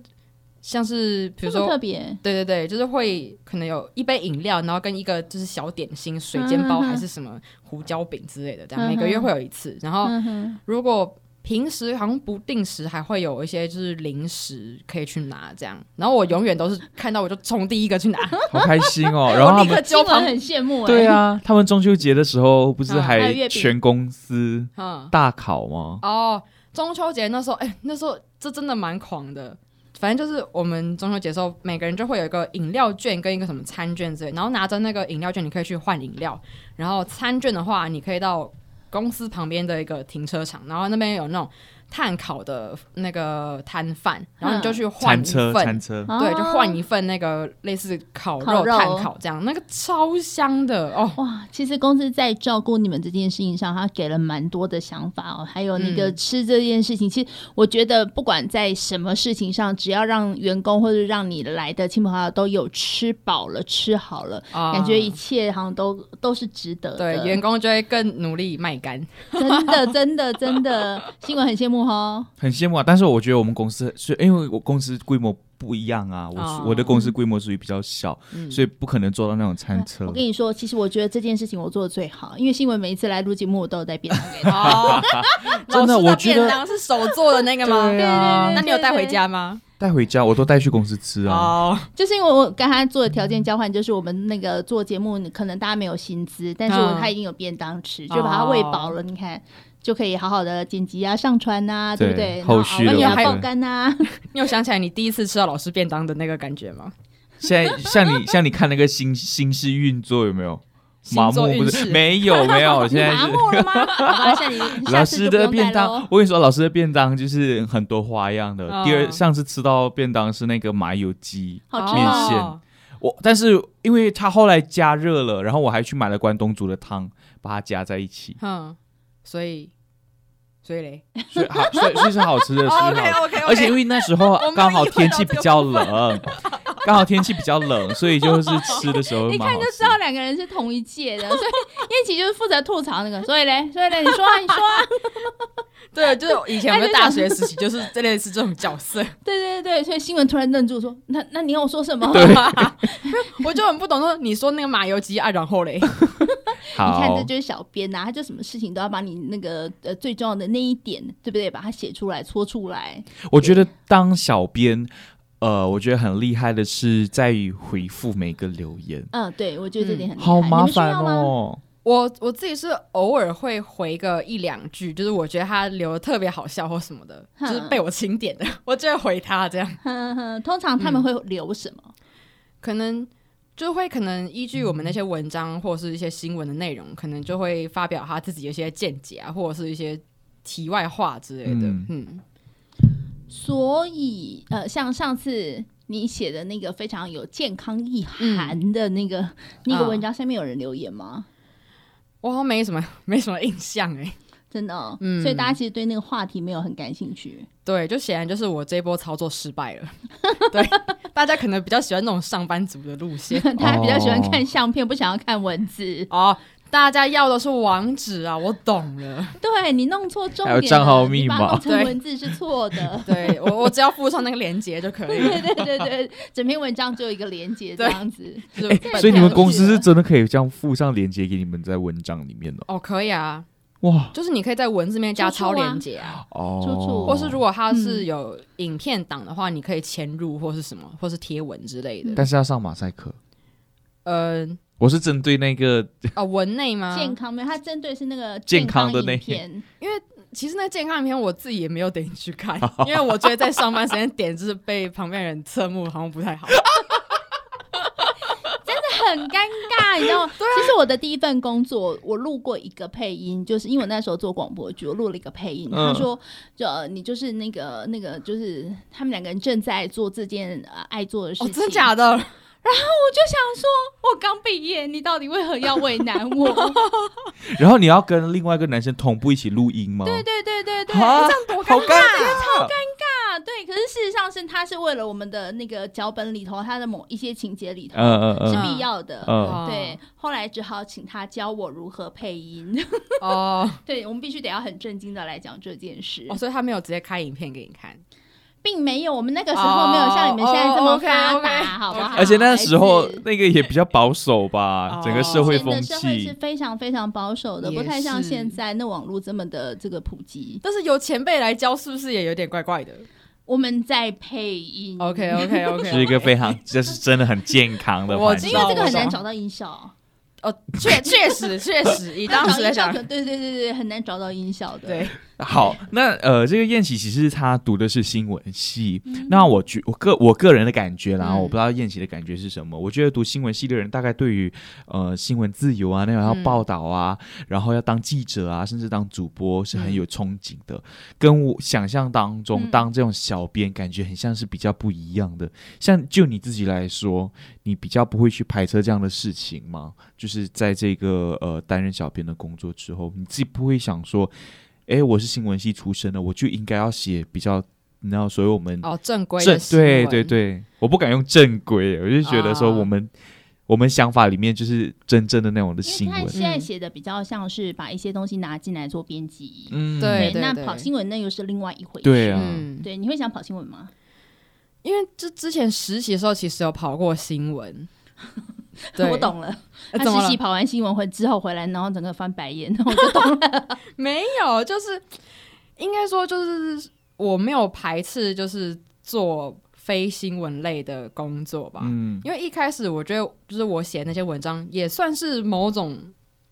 Speaker 3: 像是 (laughs) 比
Speaker 1: 这
Speaker 3: 如
Speaker 1: 么
Speaker 3: 说
Speaker 1: 特别，
Speaker 3: 对对对，就是会可能有一杯饮料，然后跟一个就是小点心、水煎包
Speaker 1: 嗯哼
Speaker 3: 还是什么胡椒饼之类的，这
Speaker 1: 嗯
Speaker 3: 样
Speaker 1: 哼
Speaker 3: 每个月会有一次。然后
Speaker 1: 嗯哼，
Speaker 3: 如果平时好像不定时还会有一些就是零食可以去拿，这样。然后我永远都是看到我就冲第一个去拿， (laughs)
Speaker 2: 好开心
Speaker 1: (laughs)
Speaker 2: 哦，然后他
Speaker 3: 立刻
Speaker 2: 们。
Speaker 1: 金
Speaker 3: 揪
Speaker 1: 文
Speaker 3: 旁，
Speaker 1: 很羡慕哎。
Speaker 2: 对，啊，他们中秋节的时候不是
Speaker 3: 嗯
Speaker 1: 还有
Speaker 2: 还
Speaker 1: 啊月饼
Speaker 2: 全公司
Speaker 3: 嗯，
Speaker 2: 大考吗？
Speaker 3: 哦，中秋节那时候，哎、那时候这真的蛮狂的。反正就是我们中秋节的时候，每个人就会有一个饮料券跟一个什么餐券之类，然后拿着那个饮料券，你可以去换饮料，然后餐券的话，你可以到公司旁边的一个停车场，然后那边有那种碳烤的那个摊贩，然后你就去换
Speaker 2: 餐
Speaker 3: 一
Speaker 2: 车，
Speaker 3: 份，
Speaker 2: 餐车，
Speaker 1: 啊
Speaker 3: 对，就换一份那个类似烤
Speaker 1: 烤
Speaker 3: 肉
Speaker 1: 肉
Speaker 3: 碳烤这样，那个超香的哦，
Speaker 1: 哇，其实公司在照顾你们这件事情上，他给了蛮多的想法哦，还有那个
Speaker 3: 嗯
Speaker 1: 吃这件事情，其实我觉得不管在什么事情上，只要让员工或者让你来的亲朋好友都有吃饱了、吃好了，
Speaker 3: 啊
Speaker 1: 感觉一切好像都都是值得的。
Speaker 3: 对员工就会更努力卖干。
Speaker 1: 真的真的真
Speaker 3: (laughs)
Speaker 1: 的，新闻很羡慕哦。
Speaker 2: 很羡慕啊。但是我觉得我们公司是因为我公司规模不一样啊，我、
Speaker 3: 哦
Speaker 2: 我的公司规模属于比较小，
Speaker 3: 嗯
Speaker 2: 所以不可能做到那种餐车。
Speaker 1: 嗯我跟你说，其实我觉得这件事情我做的最好，因为新闻每一次来录节目，我都有带
Speaker 2: (laughs)
Speaker 1: 便当给他。
Speaker 3: 哦，
Speaker 2: 真的
Speaker 3: 老师
Speaker 2: 我觉得
Speaker 3: 便当是手做的那个吗？
Speaker 2: 对啊
Speaker 3: 那你有带回家吗？
Speaker 2: 带回家我都带去公司吃啊。
Speaker 3: 哦，
Speaker 1: 就是因为我跟他做的条件交换，就是我们那个做节目，可能大家没有薪资，但是我
Speaker 3: 嗯
Speaker 1: 他已经有便当吃，就把他喂饱了。你看，就可以好好的剪辑啊、上传呐、对不
Speaker 2: 对
Speaker 1: 对？
Speaker 2: 后续
Speaker 3: 的
Speaker 1: 然后
Speaker 3: 部分
Speaker 1: 熬个啊爆肝呐、
Speaker 3: 你有想起来你第一次吃到老师便当的那个感觉吗？
Speaker 2: 现在像
Speaker 1: (laughs)
Speaker 2: 你像你看那个星星式运作有没有？麻
Speaker 3: 星
Speaker 2: 木
Speaker 3: 座运
Speaker 2: 不是
Speaker 3: 势
Speaker 2: 没有没有，
Speaker 1: 你
Speaker 2: 现在
Speaker 1: 麻 (laughs)
Speaker 2: 是
Speaker 1: 木了吗？好吧，下你
Speaker 2: 老
Speaker 1: 下次
Speaker 2: 师
Speaker 1: 就不
Speaker 2: 的
Speaker 1: 用带
Speaker 2: 便当 (laughs)
Speaker 1: 喽，。
Speaker 2: 我跟你说，老师的便当就是很多花样的。
Speaker 3: 哦
Speaker 2: 第二，上次吃到便当是那个麻油鸡，
Speaker 1: 好吃
Speaker 2: 面
Speaker 1: 吗？
Speaker 2: 线
Speaker 3: 哦
Speaker 2: 我但是因为它后来加热了，然后我还去买了关东煮的汤，把它加在一起。
Speaker 3: 嗯，所以所以嘞哦
Speaker 2: 所以好，所以所以是好吃
Speaker 1: (laughs)
Speaker 2: 的，是好吃的
Speaker 1: 哦
Speaker 3: OK
Speaker 2: 而且因为那时候
Speaker 3: 我没有
Speaker 2: 刚好
Speaker 3: 意会
Speaker 2: 天
Speaker 3: 到
Speaker 2: 气
Speaker 3: 这
Speaker 2: 比
Speaker 3: 个
Speaker 2: 较
Speaker 3: 部
Speaker 2: 冷，刚好天气比较冷，所以就是吃的
Speaker 1: (laughs)
Speaker 2: 时候
Speaker 1: 一
Speaker 2: 蛮
Speaker 1: 看
Speaker 2: 好
Speaker 1: 就知
Speaker 2: 吃。
Speaker 1: 道两个人是同一届的，所以燕琪就是负责吐槽那个，所以嘞，所以嘞，你说啊，你说啊，
Speaker 3: 对，就是以前我们大学时期就是这类似这种角色，
Speaker 1: 对对对，所以新闻突然愣住说，那那你要我说什么？ (laughs)
Speaker 2: 对
Speaker 3: (laughs) 我就很不懂说你说那个麻油鸡啊，然后嘞，
Speaker 1: 你看，
Speaker 2: 好
Speaker 1: 这，就是小编啊呐、他就什么事情都要把你那个呃最重要的那一点，对不对？把它写出来、戳出来。
Speaker 2: 我觉得当小编，呃，我觉得很厉害的是在于回复每个留言，
Speaker 1: 嗯，对，我觉得这点很厉害
Speaker 2: 好
Speaker 1: 你
Speaker 2: 麻烦。
Speaker 1: 们需要吗
Speaker 2: 哦。
Speaker 3: 我我自己是偶尔会回个一两句，就是我觉得他留的特别好笑或什么的，就
Speaker 1: 哼
Speaker 3: 是被我清点的，我就会回他这样，
Speaker 1: 哼哼通常他们会留什么？
Speaker 3: 可能。就会可能依据我们那些文章或是一些新闻的内容，可能就会发表他自己的一些见解啊，或者是一些题外话之类的。
Speaker 2: 嗯
Speaker 3: 嗯，
Speaker 1: 所以呃，像上次。你写的那个非常有健康意涵的那个、那个文章，下面有人留言吗？
Speaker 3: 我好像没什么没什么印象哎、
Speaker 1: 真的哦、
Speaker 3: 嗯
Speaker 1: 所以大家其实对那个话题没有很感兴趣。
Speaker 3: 对，就显然就是我这一波操作失败了。 (laughs) 对，大家可能比较喜欢那种上班族的路线
Speaker 1: (laughs) 大家比较喜欢
Speaker 2: 哦
Speaker 1: 看相片，不想要看文字。
Speaker 3: 哦。大家要的是网址啊，我懂了。
Speaker 1: 对你弄错重
Speaker 2: 还有
Speaker 1: 点了，
Speaker 2: 账号
Speaker 1: 你
Speaker 2: 密
Speaker 1: 把它
Speaker 2: 码
Speaker 1: 弄成
Speaker 3: 对
Speaker 1: 文字是错的。
Speaker 3: 对我，我只要附上那个链接就可以了。
Speaker 1: (laughs) 对对对对，整篇文章只有一个连接这
Speaker 3: 对
Speaker 1: 样子。
Speaker 3: 就是
Speaker 2: 哎、
Speaker 3: 本来
Speaker 2: 所以你们
Speaker 3: 就
Speaker 2: 公司是真的可以这样附上链接给你们在文章里面的
Speaker 3: 哦，可以啊，
Speaker 2: 哇
Speaker 3: 就是你可以在文字面加
Speaker 1: 出处啊
Speaker 3: 超链接啊，
Speaker 2: 哦，
Speaker 1: 出处
Speaker 3: 或是如果它是有影片档的话，你可以嵌入或是什么，或是贴文之类的。
Speaker 2: 但是要上马赛克，
Speaker 3: 呃，
Speaker 2: 我是针对那个
Speaker 3: 啊，文内吗？
Speaker 1: 健康没有，它针对是那个
Speaker 2: 健康的那
Speaker 1: 影片，
Speaker 3: 其实那健康影片我自己也没有点进去
Speaker 2: (laughs)
Speaker 3: 看，因为我觉得在上班时间点就是被旁边人侧目，好像不太好。
Speaker 1: 很尴尬，你知道
Speaker 3: (laughs)
Speaker 1: 吗？
Speaker 3: 啊
Speaker 1: 其实我的第一份工作，我录过一个配音，就是因为我那时候做广播剧，我录了一个配音。他
Speaker 2: 嗯
Speaker 1: 说，就、呃你就是那个那个，就是他们两个人正在做这件呃爱做的事
Speaker 3: 哦，
Speaker 1: 情。
Speaker 3: 真假的？
Speaker 1: 我就想说，我刚毕业，你到底为何要为难
Speaker 2: (laughs)
Speaker 1: 我？
Speaker 2: 哦然后你要跟另外一个男生同步一起录音吗？
Speaker 1: 对对对对对。
Speaker 2: 啊，好尴尬，
Speaker 1: 啊，对，可是事实上是他是为了我们的那个脚本里头，他的某一些情节里头、
Speaker 2: 嗯嗯
Speaker 1: 是
Speaker 2: 嗯
Speaker 1: 必要的。
Speaker 2: 嗯，
Speaker 3: 哦
Speaker 1: 对，后来只好请他教我如何配音。 (laughs)
Speaker 3: 哦
Speaker 1: 对，我们必须得要很正经的来讲这件事，
Speaker 3: 哦，所以他没有直接开影片给你看。
Speaker 1: 并没有我们那个时候没有像你们现在这么发
Speaker 3: 哦，OK，OK，
Speaker 1: 达，好不好？
Speaker 2: 而且那时候
Speaker 1: 孩子
Speaker 2: 那个也比较保守吧，
Speaker 3: 哦
Speaker 2: 整个社会
Speaker 1: 以前
Speaker 2: 风
Speaker 1: 的社会是
Speaker 2: 气。
Speaker 1: 非常非常保守的，
Speaker 3: 也
Speaker 1: 不太像
Speaker 3: 是
Speaker 1: 现在那网络这么的这个普及。
Speaker 3: 但是由前辈来教，是不是也有点怪怪的
Speaker 1: 我们在配音
Speaker 3: ？OK OK OK，
Speaker 2: 是一个非常， (laughs) 这是真的很健康的
Speaker 3: 啊我
Speaker 2: 环
Speaker 3: 知
Speaker 2: 境
Speaker 1: (laughs) 因
Speaker 3: 道
Speaker 1: 为这个很难
Speaker 3: 我懂
Speaker 1: 找到音效，
Speaker 3: 哦，确确实确
Speaker 1: (laughs)
Speaker 3: 实，以当时来
Speaker 1: 找音
Speaker 3: 讲
Speaker 1: 效，可对对对对，很难找到音效的。
Speaker 3: 对，
Speaker 2: 好，那呃，这个燕喜其实她读的是新闻系，
Speaker 1: 嗯
Speaker 2: 那我觉我个我个人的感觉啦，
Speaker 3: 嗯
Speaker 2: 我不知道燕喜的感觉是什么。我觉得读新闻系的人，大概对于呃新闻自由啊，那种要
Speaker 3: 嗯嗯
Speaker 2: 报道啊，然后要当记者啊，甚至当主播是很有憧憬的，跟我想象当中
Speaker 1: 嗯
Speaker 2: 当这种小编，感觉很像是比较不一样的。像就你自己来说，你比较不会去排斥这样的事情吗？就是在这个呃担任小编的工作之后，你自己不会想说，诶，我是新闻系出身的，我就应该要写比较，你知道，所以我们
Speaker 3: 哦，正规
Speaker 2: 正对
Speaker 3: 的新闻
Speaker 2: 对，对，我不敢用正规，我就觉得说
Speaker 3: 啊
Speaker 2: 我们、我们想法里面就是真正的那种的
Speaker 1: 因
Speaker 2: 新
Speaker 1: 为他
Speaker 2: 闻，嗯
Speaker 1: 现在写的比较像是把一些东西拿进来做编辑，
Speaker 2: 嗯，
Speaker 3: 对
Speaker 1: 那跑新闻那又是另外一回事。
Speaker 2: 对啊，
Speaker 3: 嗯，
Speaker 1: 对，你会想跑新闻吗？
Speaker 3: 因为这之前实习的时候，其实有跑过新闻。对，
Speaker 1: (laughs) 我懂
Speaker 3: (laughs)
Speaker 1: 了。
Speaker 3: 呃，
Speaker 1: 他
Speaker 3: 怎么
Speaker 1: 啊实
Speaker 3: 了
Speaker 1: 习跑完新闻会之后回来，然后整个翻白眼，然后我就懂了。
Speaker 3: 没有，就是应该说就是我没有排斥，就是做非新闻类的工作吧。
Speaker 2: 嗯，
Speaker 3: 因为一开始我觉得，就是我写那些文章也算是某种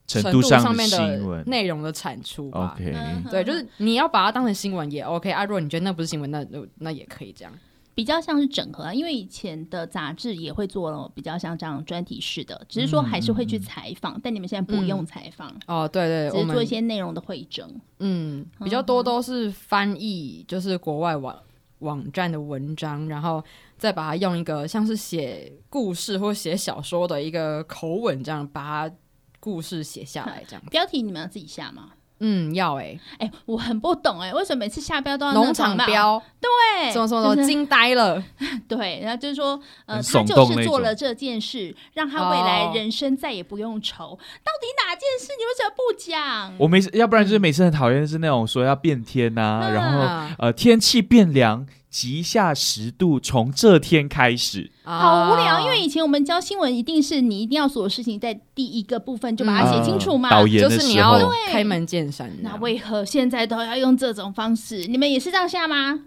Speaker 2: 程
Speaker 3: 度
Speaker 2: 上
Speaker 3: 面
Speaker 2: 新闻
Speaker 3: 的内容的产出吧。嗯
Speaker 2: ，OK，
Speaker 1: 嗯
Speaker 3: 对，就是你要把它当成新闻也 OK 啊。如果你觉得那不是新闻，那那那也可以这样。
Speaker 1: 比较像是整合啊，因为以前的杂志也会做比较像这样专题式的，只是说还是会
Speaker 2: 嗯
Speaker 1: 去采访，但你们现在不用采访，
Speaker 3: 哦，对对，
Speaker 1: 只
Speaker 3: 我
Speaker 1: 是做一
Speaker 3: 们
Speaker 1: 些内容的汇整。
Speaker 3: 嗯比较多都是翻译，就是国外网网站的文章，然后再把它用一个像是写故事或写小说的一个口吻这样把它故事写下来，这样。
Speaker 1: (laughs) 标题你们要自己下吗？
Speaker 3: 嗯，要哎、
Speaker 1: 哎、我很不懂哎、为什么每次下标都要
Speaker 3: 嗯农场标，
Speaker 1: 啊对，
Speaker 3: 什么什么什么，
Speaker 1: 哦哎就是
Speaker 3: 惊呆了，
Speaker 1: 对，然后就是说，呃，
Speaker 2: 很
Speaker 1: 他
Speaker 2: 耸
Speaker 1: 就
Speaker 2: 动
Speaker 1: 是
Speaker 2: 那
Speaker 1: 做
Speaker 2: 种
Speaker 1: 了这件事，让他未来
Speaker 3: 哦
Speaker 1: 人生再也不用愁。到底哪件事你为什么不讲？
Speaker 2: 我每次，要不然就是每次很讨厌的是那种说要变天呐、
Speaker 1: 嗯
Speaker 2: 然后
Speaker 3: 啊
Speaker 2: 呃天气变凉，极下十度，从这天开始。
Speaker 1: 好无聊，因为以前我们教新闻，一定是你一定要所有事情在第一个部分就把它写清楚嘛。
Speaker 2: 嗯导演
Speaker 3: 就
Speaker 2: 的
Speaker 3: 是你
Speaker 2: 时
Speaker 3: 要
Speaker 2: 候，
Speaker 3: 开门见山这
Speaker 1: 那
Speaker 3: 样。
Speaker 1: 为何现在都要用这种方式？你们也是这样下吗？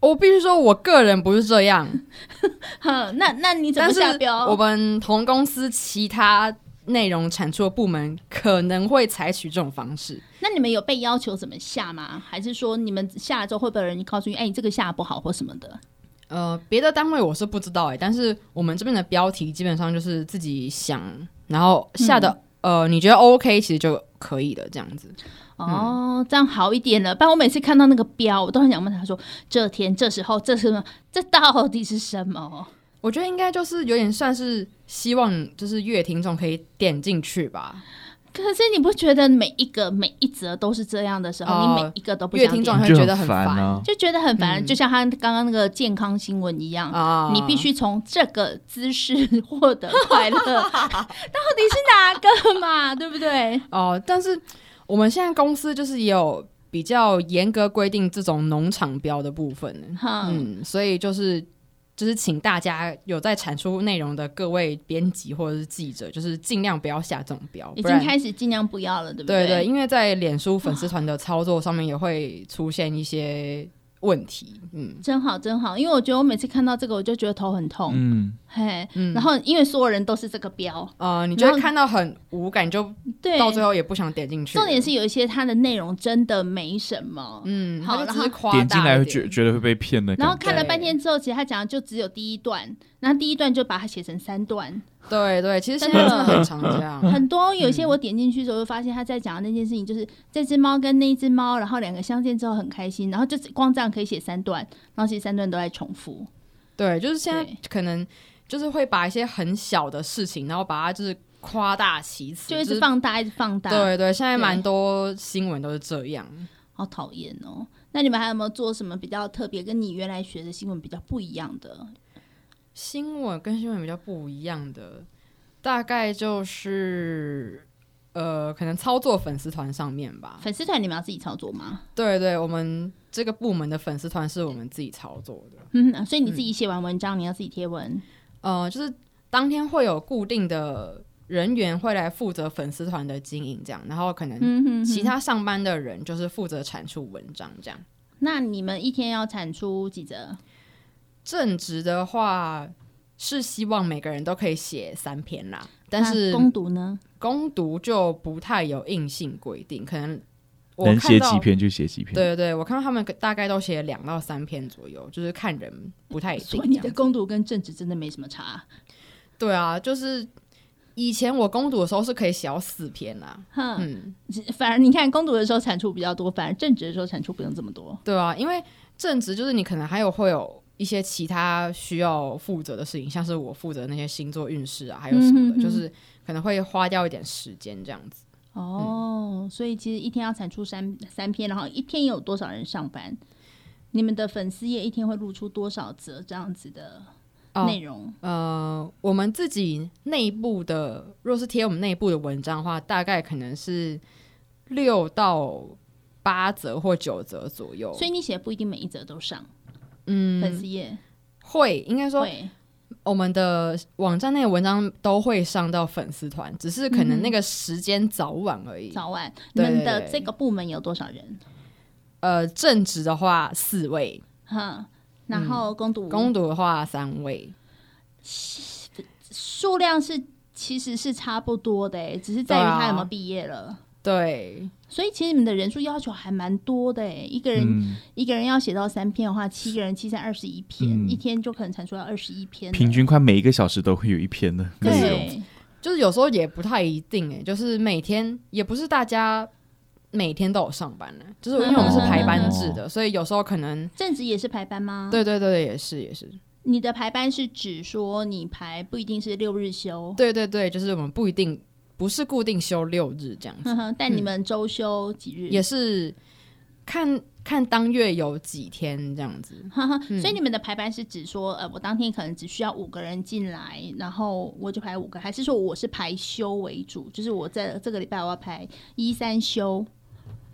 Speaker 3: 我必须说，我个人不是这样，
Speaker 1: 哼，那那你怎么
Speaker 3: 但是
Speaker 1: 下标？
Speaker 3: 我们同公司其他内容产出的部门可能会采取这种方式。
Speaker 1: 那你们有被要求怎么下吗？还是说你们下了之后会不会有人告诉你，哎，你这个下得不好或什么的？
Speaker 3: 呃，别的单位我是不知道哎、但是我们这边的标题基本上就是自己想，然后下的、
Speaker 1: 嗯
Speaker 3: 呃，你觉得 OK，其实就可以了，这样子。
Speaker 1: 哦，这样好一点了。不然我每次看到那个标，我都很想问他说：这天、这时候、这什么，这到底是什么？
Speaker 3: 我觉得应该就是有点算是希望，就是乐听众可以点进去吧。
Speaker 1: 可是你不觉得每一个每一则都是这样的时候，
Speaker 3: 哦
Speaker 1: 你每一个都不
Speaker 3: 乐
Speaker 1: 想
Speaker 3: 听
Speaker 1: 点
Speaker 3: 众会嗯
Speaker 2: 就
Speaker 3: 哦觉
Speaker 2: 很
Speaker 3: 得很
Speaker 2: 烦
Speaker 3: 烦
Speaker 2: 啊。
Speaker 1: 就觉得很烦。
Speaker 3: 嗯
Speaker 1: 就像他刚刚那个健康新闻一样。
Speaker 3: 啊
Speaker 1: 嗯你必须从这个姿势获得快
Speaker 3: (laughs)
Speaker 1: 乐，到底是哪个嘛？ (laughs) 对不对？
Speaker 3: 哦，但是我们现在公司就是也有比较严格规定这种农场标的部分呢。
Speaker 1: 哼，
Speaker 3: 嗯，所以就是就是请大家有在产出内容的各位编辑或者是记者，就是尽量不要下这种标，
Speaker 1: 已
Speaker 3: 不
Speaker 1: 经
Speaker 3: 然
Speaker 1: 开始尽量不要了，对不
Speaker 3: 对对，
Speaker 1: 对，
Speaker 3: 因为在脸书粉丝团的操作上面也会出现一些问题。嗯
Speaker 1: 真好真好，因为我觉得我每次看到这个，我就觉得头很
Speaker 3: 啊
Speaker 1: 痛。
Speaker 2: 嗯，
Speaker 1: 嘿，
Speaker 3: 嗯，
Speaker 1: 然后因为所有人都是这个标，
Speaker 3: 呃，你就
Speaker 1: 然后
Speaker 3: 会看到很无感，你就
Speaker 1: 对，
Speaker 3: 到最后也不想点进去了。
Speaker 1: 重点是有一些它的内容真的没什么，
Speaker 3: 嗯，
Speaker 1: 好
Speaker 3: 他就
Speaker 1: 然
Speaker 3: 只
Speaker 1: 后
Speaker 3: 是夸大
Speaker 2: 点进来
Speaker 3: 一
Speaker 2: 会
Speaker 3: 点
Speaker 2: 觉觉得会被骗的感觉。
Speaker 1: 然后看了半天之后，其实他讲的就只有第一段，然后第一段就把它写成三段，
Speaker 3: 对对，其实现
Speaker 1: 真
Speaker 3: 在
Speaker 1: 的 (laughs)
Speaker 3: 真的很常这样。
Speaker 1: 很多有一些我点进去的时候，就发现他在讲的那件事情，就是这只猫跟那只猫，然后两个相见之后很开心，然后就只光这样可以写三段，然后其实三段都在重复，
Speaker 3: 对，就是现在
Speaker 1: 对
Speaker 3: 可能就是会把一些很小的事情，然后把它就是夸大其词，
Speaker 1: 就一
Speaker 3: 是
Speaker 1: 直放大，一直放大，
Speaker 3: 对对，现在
Speaker 1: 对
Speaker 3: 蛮多新闻都是这样。
Speaker 1: 好讨厌哦。那你们还有没有做什么比较特别，跟你原来学的新闻比较不一样的？
Speaker 3: 新闻跟新闻比较不一样的，大概就是呃，可能操作粉丝团上面吧。
Speaker 1: 粉丝团你们要自己操作吗？
Speaker 3: 对对，我们这个部门的粉丝团是我们自己操作的，
Speaker 1: 嗯，所以你自己写完文章，你要自己贴文。
Speaker 3: 呃，就是当天会有固定的人员会来负责粉丝团的经营，这样，然后可能
Speaker 1: 嗯哼
Speaker 3: 其他上班的人就是负责产出文章这样。
Speaker 1: 那你们一天要产出几则？
Speaker 3: 正职的话是希望每个人都可以写三篇啦，但是
Speaker 1: 那攻读呢？
Speaker 3: 攻读就不太有硬性规定，可能我
Speaker 2: 能
Speaker 3: 看
Speaker 2: 写
Speaker 3: 到
Speaker 2: 几，篇就写几篇。
Speaker 3: 对对对，我看到他们大概都写两到三篇左右，就是看人不太一定
Speaker 1: 所以你
Speaker 3: 这
Speaker 1: 的
Speaker 3: 样。
Speaker 1: 攻读跟正职真的没什么差。
Speaker 3: 对啊，就是以前我攻读的时候是可以写到四篇啦，
Speaker 1: 哼，
Speaker 3: 嗯，
Speaker 1: 反而你看攻读的时候产出比较多，反而正职的时候产出不用这么多。
Speaker 3: 对啊，因为正职就是你可能还有会有。一些其他需要负责的事情，像是我负责那些星座运势啊，还有什么的，
Speaker 1: 嗯哼哼
Speaker 3: 就是可能会花掉一点时间这样子。
Speaker 1: 哦，所以其实一天要产出三三篇，然后一天有多少人上班？你们的粉丝页一天会露出多少则这样子的
Speaker 3: 哦
Speaker 1: 内容？
Speaker 3: 呃，我们自己内部的，若是贴我们内部的文章的话，大概可能是六到八折或九折左右。
Speaker 1: 所以你写不一定每一则都上、粉
Speaker 3: 哦嗯，
Speaker 1: 丝页
Speaker 3: 会应该说
Speaker 1: 会
Speaker 3: 我们的网站内的文章都会上到粉丝团，只是可能那个时间早晚而已。
Speaker 1: 嗯早晚。你
Speaker 3: 对
Speaker 1: 们的
Speaker 3: 对
Speaker 1: 这个部门有多少人？
Speaker 3: 呃，正职的话四位，
Speaker 1: 哼，然
Speaker 2: 嗯
Speaker 1: 后攻读
Speaker 3: 攻读的话三位。
Speaker 1: 数量是其实是差不多的、欸，只是在于
Speaker 3: 对啊
Speaker 1: 他有没有毕业了。
Speaker 3: 对，
Speaker 1: 所以其实你们的人数要求还蛮多的、欸，一个人、
Speaker 2: 嗯，
Speaker 1: 一个人要写到三篇的话，七个人七三二十一篇，
Speaker 2: 嗯
Speaker 1: 一天就可能产出要二十一篇了。
Speaker 2: 平均快每一个小时都会有一篇的内容。
Speaker 1: 对，
Speaker 3: 就是有时候也不太一定哎、就是每天也不是大家每天都有上班呢、就是因为我们
Speaker 1: 嗯
Speaker 3: 是排班制的，所以有时候可能
Speaker 1: 正职也是排班吗？，
Speaker 3: 对对对对，也是也是，
Speaker 1: 你的排班是指说你排不一定是六日休，
Speaker 3: 对对对，就是我们不一定不是固定休六日这样子，
Speaker 1: 哼哼，但
Speaker 2: 嗯
Speaker 1: 你们周休几日？
Speaker 3: 也是看看当月有几天这样子。
Speaker 1: 哈哈， (laughs)
Speaker 3: 嗯
Speaker 1: 所以你们的排班是指说，呃，我当天可能只需要五个人进来，然后我就排五个，还是说我是排休为主？就是我在这个礼拜我要排一三休，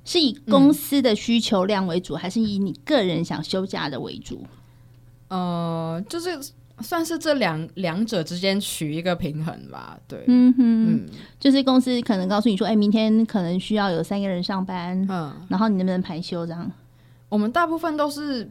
Speaker 1: 是以
Speaker 3: 嗯
Speaker 1: 公司的需求量为主，还是以你个人想休假的为主？
Speaker 3: 呃，就是算是这两两者之间取一个平衡吧。对，
Speaker 1: 嗯哼，
Speaker 3: 嗯
Speaker 1: 就是公司可能告诉你说，哎、明天可能需要有三个人上班，
Speaker 3: 嗯，
Speaker 1: 然后你能不能排休这样？
Speaker 3: 我们大部分都是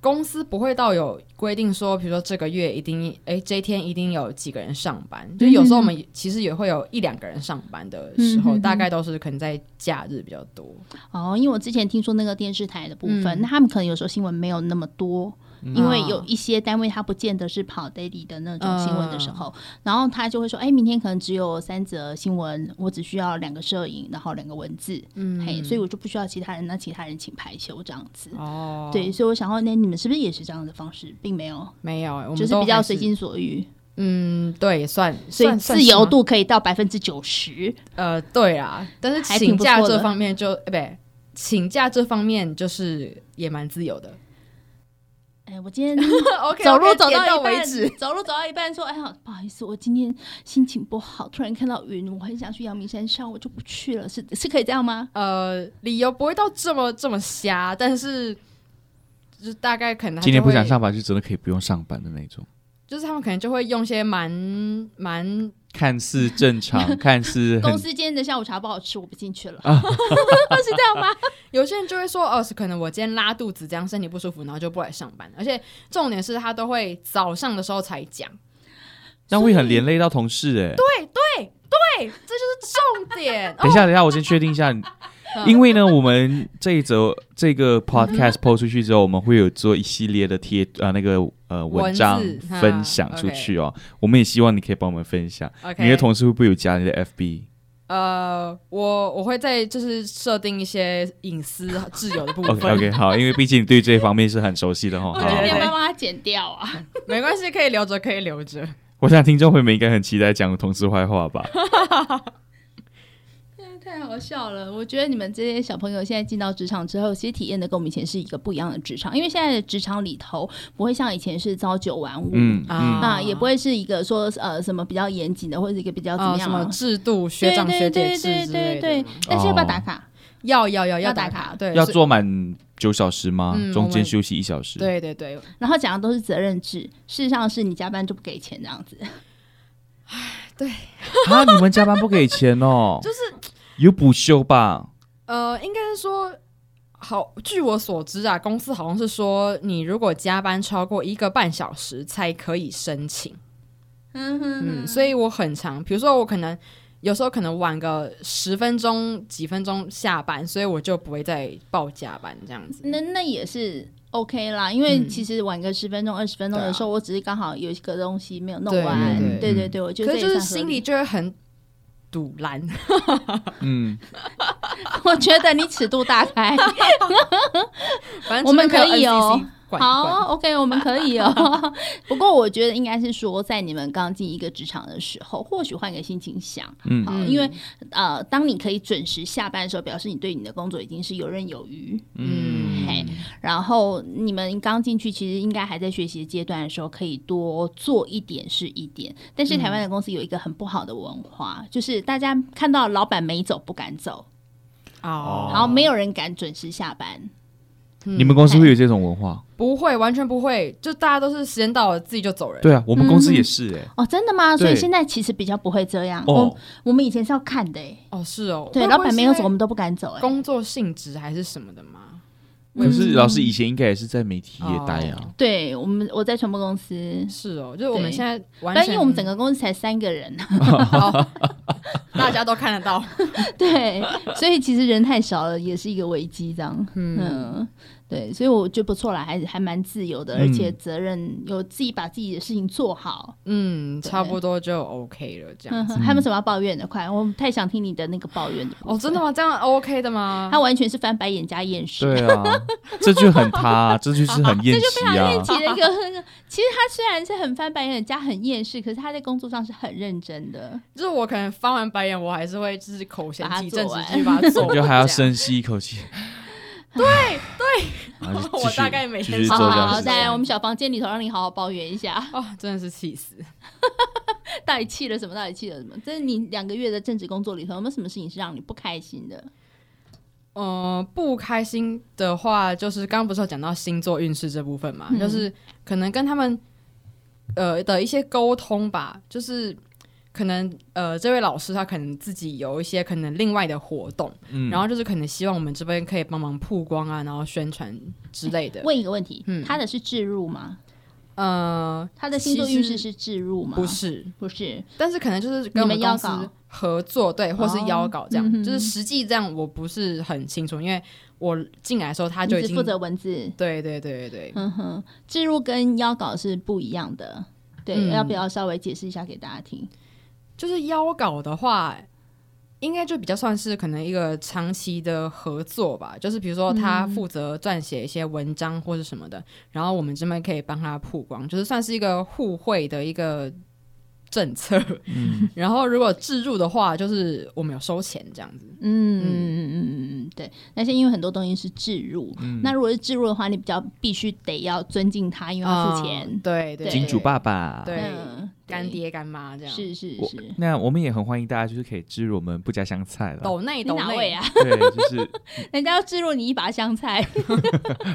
Speaker 3: 公司不会到有规定说，比如说这个月一定，哎、这一天一定有几个人上班。就有时候我们其实也会有一两个人上班的时候，
Speaker 1: 嗯嗯嗯嗯
Speaker 3: 大概都是可能在假日比较多。
Speaker 1: 哦，因为我之前听说那个电视台的部分，
Speaker 3: 嗯
Speaker 1: 那他们可能有时候新闻没有那么多，因为
Speaker 3: 啊
Speaker 1: 有一些单位它不见得是跑 daily 的那种新闻的时候，
Speaker 3: 嗯
Speaker 1: 然后他就会说，哎，明天可能只有三则新闻，我只需要两个摄影，然后两个文字，嗯，嘿，所以我就不需要其他人，那其他人请排休这样子。
Speaker 3: 哦，
Speaker 1: 对，所以我想问，那你们是不是也是这样的方式，并没有，
Speaker 3: 没有、哎我们
Speaker 1: 就是
Speaker 3: 都
Speaker 1: 比较
Speaker 3: 还是
Speaker 1: 随。心所欲，
Speaker 3: 嗯，对，算，
Speaker 1: 所以
Speaker 3: 算算
Speaker 1: 自
Speaker 3: 是
Speaker 1: 由
Speaker 3: 吗
Speaker 1: 度可以到百分之九十。
Speaker 3: 呃，对啊，但是
Speaker 1: 还
Speaker 3: 请
Speaker 1: 挺不
Speaker 3: 假
Speaker 1: 错
Speaker 3: 这
Speaker 1: 的
Speaker 3: 方面就，哎，不对，请假这方面就是也蛮自
Speaker 1: (laughs)
Speaker 3: 由的。
Speaker 1: 哎，我今天
Speaker 3: OK，
Speaker 1: 走路走到
Speaker 3: 到
Speaker 1: 一半，。走路走到一半说：“哎呀，不好意思，我今天心情不好，突然看到云，我很想去阳明山上，我就不去了。是”是可以这样
Speaker 3: (laughs)
Speaker 1: 吗？
Speaker 3: 呃，理由不会到这么这么瞎，但是就是大概可能他
Speaker 2: 今天
Speaker 3: 就
Speaker 2: 不想
Speaker 3: 会，
Speaker 2: 上班就真的可以不用上班的那种，
Speaker 3: 就是他们可能就会用一些蛮蛮
Speaker 2: 看似正常，看似很
Speaker 1: 公司今天的下午茶不好吃，我不进
Speaker 3: (laughs)
Speaker 1: 去了。是这样吗？
Speaker 3: 有些人就会说，哦，是可能我今天拉肚子，这样身体不舒服，然后就不来上班。而且重点是他都会早上的时候才讲，
Speaker 2: 那会很连累到同事哎、对，
Speaker 3: 对，这就是重点。
Speaker 2: 等一
Speaker 1: 哦
Speaker 2: 下，等一下，我先确定
Speaker 1: (laughs)
Speaker 2: 一下，因为呢，我们这一则这
Speaker 1: 嗯
Speaker 2: 个 podcast 抛出去之后，我们会有做一系列的贴呃那个呃
Speaker 3: 文
Speaker 2: 文
Speaker 3: 字
Speaker 2: 章
Speaker 3: 哈
Speaker 2: 分享出去哦。我们也希望你可以帮我们分享。
Speaker 3: o k
Speaker 2: 你的同事会不会有加你的 FB？
Speaker 3: 呃，我我会在就是设定一些隐私自由的部分
Speaker 2: OK OK，好，因为毕竟你对这方面是很熟悉的哈。
Speaker 1: (laughs) 我
Speaker 2: 好
Speaker 1: 觉
Speaker 3: 对
Speaker 1: 得你
Speaker 3: 对对
Speaker 1: 要不要帮他剪掉啊？ (laughs)
Speaker 3: 没关系，可以留着，可以留着。
Speaker 2: 我想听众朋友们应该很期待讲同事坏话吧？
Speaker 1: 太好笑了！我觉得你们这些小朋友现在进到职场之后，其实体验的跟我们以前是一个不一样的职场，因为现在的职场里头不会像以前是朝九晚五。
Speaker 2: 嗯嗯
Speaker 3: 啊，
Speaker 1: 那也不会是一个说呃什么比较严谨的，或者一个比较怎
Speaker 3: 啊、
Speaker 1: 么
Speaker 3: 什
Speaker 1: 样、
Speaker 3: 么制度、学长
Speaker 1: 对
Speaker 3: 学姐
Speaker 1: 对
Speaker 3: 制
Speaker 1: 对
Speaker 3: 之类的嗯哦
Speaker 1: 对对，但是要不要打卡？
Speaker 3: 要要要
Speaker 1: 要
Speaker 3: 打
Speaker 1: 打卡
Speaker 3: 对，
Speaker 2: 要
Speaker 3: 是，
Speaker 2: 做满九小时吗？
Speaker 3: 嗯
Speaker 2: 中
Speaker 3: 我
Speaker 2: 间
Speaker 3: 们
Speaker 2: 休息一小时？，
Speaker 3: 对对对，
Speaker 1: 然后讲的都是责任制，事实上是你加班就不给钱这样子。
Speaker 2: 啊，你们加班不给钱哦？
Speaker 3: (laughs) 就是
Speaker 2: 有补休吧？
Speaker 3: 呃，应该是说。好，据我所知啊，公司好像是说，你如果加班超过一个半小时才可以申请。
Speaker 1: 嗯哼
Speaker 3: 嗯，所以我很长，比如说我可能有时候可能晚个十分钟、几分钟下班，所以我就不会再报加班这样子。
Speaker 1: (laughs) 那那也是 OK 啦，因为
Speaker 3: 嗯
Speaker 1: 其实晚个十分钟、二十分钟
Speaker 3: 对啊
Speaker 1: 的时候，我只是刚好有一个东西没有弄
Speaker 3: 对
Speaker 1: 完。
Speaker 2: 对对
Speaker 1: 对对
Speaker 2: 嗯
Speaker 1: 对，我觉得
Speaker 3: 可是就
Speaker 1: 这
Speaker 3: 是
Speaker 1: 也算
Speaker 3: 心
Speaker 1: 合
Speaker 3: 里
Speaker 1: 理，
Speaker 3: 就会很堵拦， (laughs)
Speaker 2: 嗯，
Speaker 1: (laughs) 我觉得你尺度大开。
Speaker 3: 反正
Speaker 1: 我们
Speaker 3: 这边
Speaker 1: 可
Speaker 3: 没
Speaker 1: 以
Speaker 3: 有 NCC
Speaker 1: 哦
Speaker 3: 管。管
Speaker 1: 好，OK，我们可以 (laughs) 哦。不过我觉得应该是说，在你们刚进一个职场的时候，或许换个心情想，
Speaker 2: 嗯
Speaker 1: 好，因为呃，当你可以准时下班的时候，表示你对你的工作已经是游刃有余。
Speaker 3: 嗯
Speaker 1: 嘿，然后你们刚进去，其实应该还在学习阶段的时候，可以多做一点是一点。但是台湾的公司有一个很不好的文化，就是大家看到老板没走不敢走，
Speaker 3: 哦，
Speaker 1: 然后没有人敢准时下班。
Speaker 3: 嗯
Speaker 2: 你们公司会有这种文化？
Speaker 3: 不会，完全不会，就大家都是时间到了自己就走人。
Speaker 2: 对啊，我们公司也是
Speaker 3: 嗯
Speaker 2: 哎、
Speaker 1: 哦，真的吗？所以
Speaker 2: 对
Speaker 1: 现在其实比较不会这样。
Speaker 2: 哦
Speaker 1: 我，我们以前是要看的、欸，
Speaker 3: 哦，是哦，
Speaker 1: 对，
Speaker 3: 会不
Speaker 1: 老
Speaker 3: 会
Speaker 1: 板
Speaker 3: 是
Speaker 1: 没有
Speaker 3: 因
Speaker 1: 走，
Speaker 3: 为
Speaker 1: 我们都不敢走、欸，
Speaker 3: 工作性质还是什么的吗？
Speaker 2: 可
Speaker 3: 嗯
Speaker 2: 是老师以前应该也是在媒体业待
Speaker 3: 哦
Speaker 2: 啊。
Speaker 1: 对我们，我在传播公司，
Speaker 3: 是哦，就是我们
Speaker 1: 对
Speaker 3: 现在完
Speaker 1: 但因
Speaker 3: 全，
Speaker 1: 为我们整个公司才三个人， (laughs)
Speaker 3: (laughs) 哦大家都看得到，
Speaker 1: 对，所以其实人太少了，也是一个危机，这样。嗯，对，所以我觉得不错啦，还还蛮自由的，
Speaker 2: 嗯
Speaker 1: 而且责任有自己把自己的事情做好。
Speaker 3: 嗯，
Speaker 1: 对
Speaker 3: 差不多就 OK 了，这样
Speaker 1: 嗯
Speaker 3: 子。
Speaker 1: 哼，还有没有什么要抱怨的？快，我太想听你的那个抱怨的部
Speaker 3: 哦，真的
Speaker 1: 分。
Speaker 3: 吗？这样 OK 的吗？
Speaker 1: 他完全是翻白眼加厌世， (laughs)
Speaker 2: 对啊，这就很他、
Speaker 3: (laughs)
Speaker 2: 这就是很厌
Speaker 1: 就非常
Speaker 2: 奇
Speaker 1: 厌
Speaker 2: 啊。
Speaker 1: 奇的一个。那个 (laughs) 其实他虽然是很翻白眼加很厌世，可是他在工作上是很认真的。
Speaker 3: 就是我可能翻完白眼，我还是会就是口嫌
Speaker 1: 把它
Speaker 3: 体
Speaker 1: 做
Speaker 3: 正直
Speaker 1: 完，
Speaker 3: 去把它做
Speaker 2: 你
Speaker 3: 完。
Speaker 2: (laughs) 就还要
Speaker 3: 这样
Speaker 2: 深吸一口
Speaker 3: (laughs)
Speaker 2: 气。 (laughs) 对对，
Speaker 3: 我大概每
Speaker 2: 继
Speaker 3: 天
Speaker 2: 续做
Speaker 1: 好
Speaker 2: 这
Speaker 1: 好
Speaker 2: 样
Speaker 1: 好，
Speaker 2: 子
Speaker 1: 在我们小房间里头，让你好好抱怨一下， (laughs)
Speaker 3: 哦，真的是气死！
Speaker 1: 到底气了什么？到底气了什么？这是你两个月的正职工作里头，有没有什么事情是让你不开心的？
Speaker 3: 呃，不开心的话，就是刚刚不是有讲到星座运势这部分嘛，
Speaker 1: 嗯
Speaker 3: 就是可能跟他们呃的一些沟通吧，就是可能呃这位老师他可能自己有一些可能另外的活动，
Speaker 2: 嗯
Speaker 3: 然后就是可能希望我们这边可以帮忙曝光啊，然后宣传之类的。
Speaker 1: 问一个问题，
Speaker 3: 嗯
Speaker 1: 他的是置入吗？嗯
Speaker 3: 呃，
Speaker 1: 他的星座
Speaker 3: 其实
Speaker 1: 运势是置入吗？
Speaker 3: 不，是，
Speaker 1: 不是。
Speaker 3: 但是可能就是跟我
Speaker 1: 你
Speaker 3: 们
Speaker 1: 们邀
Speaker 3: 公
Speaker 1: 稿
Speaker 3: 司合作，对，或是邀稿这样，
Speaker 1: 哦嗯哼
Speaker 3: 就是实际这样我不是很清楚，因为我进来的时候他
Speaker 1: 你
Speaker 3: 就已
Speaker 1: 只
Speaker 3: 经
Speaker 1: 负责文字。
Speaker 3: 对对对对对，
Speaker 1: 嗯哼，置入跟邀稿是不一样的。对，
Speaker 3: 嗯
Speaker 1: 要不要稍微解释一下给大家听？
Speaker 3: 就是邀稿的话，应该就比较算是可能一个长期的合作吧，就是比如说他负责撰写一些文章或是什么的，然后我们这边可以帮他曝光，就是算是一个互惠的一个。政策， (laughs) 然后如果置入的话，就是我们有收钱这样子。
Speaker 1: 嗯嗯嗯嗯嗯，对。但是因为很多东西是置入，
Speaker 3: 嗯
Speaker 1: 那如果是置入的话，你比较必须得要尊敬他，因为他付钱。
Speaker 3: 嗯对对，
Speaker 1: 对
Speaker 2: 金主爸爸。
Speaker 3: 对
Speaker 1: 嗯
Speaker 3: 干，爹干妈这
Speaker 1: 对
Speaker 3: 样。
Speaker 1: 是是
Speaker 2: 我
Speaker 1: 是。
Speaker 2: 那我们也很欢迎大家，就是可以置入我们不加香菜了。
Speaker 3: 抖内
Speaker 1: 你
Speaker 3: 抖
Speaker 1: 哪位
Speaker 3: 内，
Speaker 1: 啊？ (laughs)
Speaker 2: (laughs) 对，就是
Speaker 1: 人家要置入你一把香
Speaker 2: (laughs)
Speaker 1: 菜。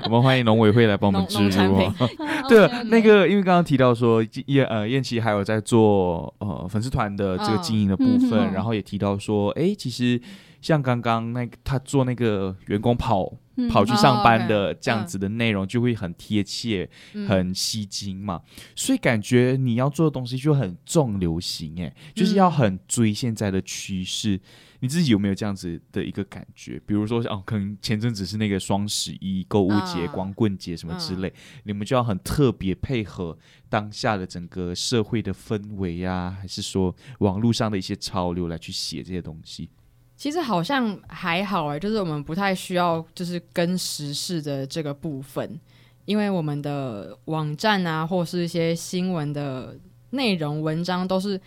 Speaker 2: 我们欢迎农委会来帮我们
Speaker 3: 农
Speaker 2: 置
Speaker 3: 农产
Speaker 2: 入
Speaker 3: 品
Speaker 2: 哦。 (laughs) 对
Speaker 1: 嗯 OK，OK，
Speaker 2: 那个因为刚刚提到说燕呃燕琪还有在做呃粉丝团的这个经营的部分，
Speaker 1: 嗯嗯嗯
Speaker 2: 然后也提到说，哎，其实像刚刚那个他做那个员工跑
Speaker 1: 嗯
Speaker 2: 跑去上班
Speaker 3: 哦
Speaker 2: 的这样子的内容，就会很贴切、
Speaker 3: 嗯
Speaker 2: 很吸睛嘛，所以感觉你要做的东西就很重流行，哎，就是要很追现在的趋势。你自己有没有这样子的一个感觉？比如说，哦，可能前阵子是那个双十一购物节、
Speaker 3: 啊
Speaker 2: 光棍节什么之类，
Speaker 3: 嗯
Speaker 2: 你们就要很特别配合当下的整个社会的氛围啊，还是说网络上的一些潮流来去写这些东西？
Speaker 3: 其实好像还好哎、就是我们不太需要就是跟时事的这个部分，因为我们的网站啊，或是一些新闻的内容文章都是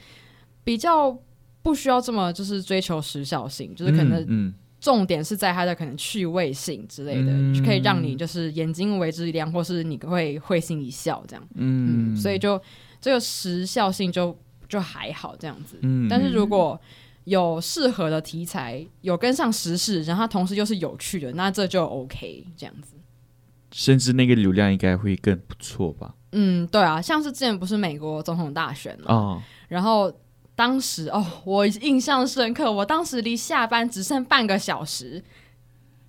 Speaker 3: 比较不需要这么就是追求时效性，就是可能
Speaker 2: 嗯，
Speaker 3: 重点是在它的可能趣味性之类的，
Speaker 2: 嗯
Speaker 3: 就可以让你就是眼睛为之一亮，或是你会会心一笑这样。
Speaker 2: 嗯
Speaker 3: 嗯，所以就这个时效性就就还好这样子。
Speaker 2: 嗯
Speaker 3: 但是如果有适合的题材，有跟上时事，然后它同时又是有趣的，那这就 OK 这样子。
Speaker 2: 甚至那个流量应该会更不错吧？
Speaker 3: 嗯，对啊，像是之前不是美国总统大选嘛，
Speaker 2: 哦，
Speaker 3: 然后当时哦，我印象深刻，我当时离下班只剩半个小时，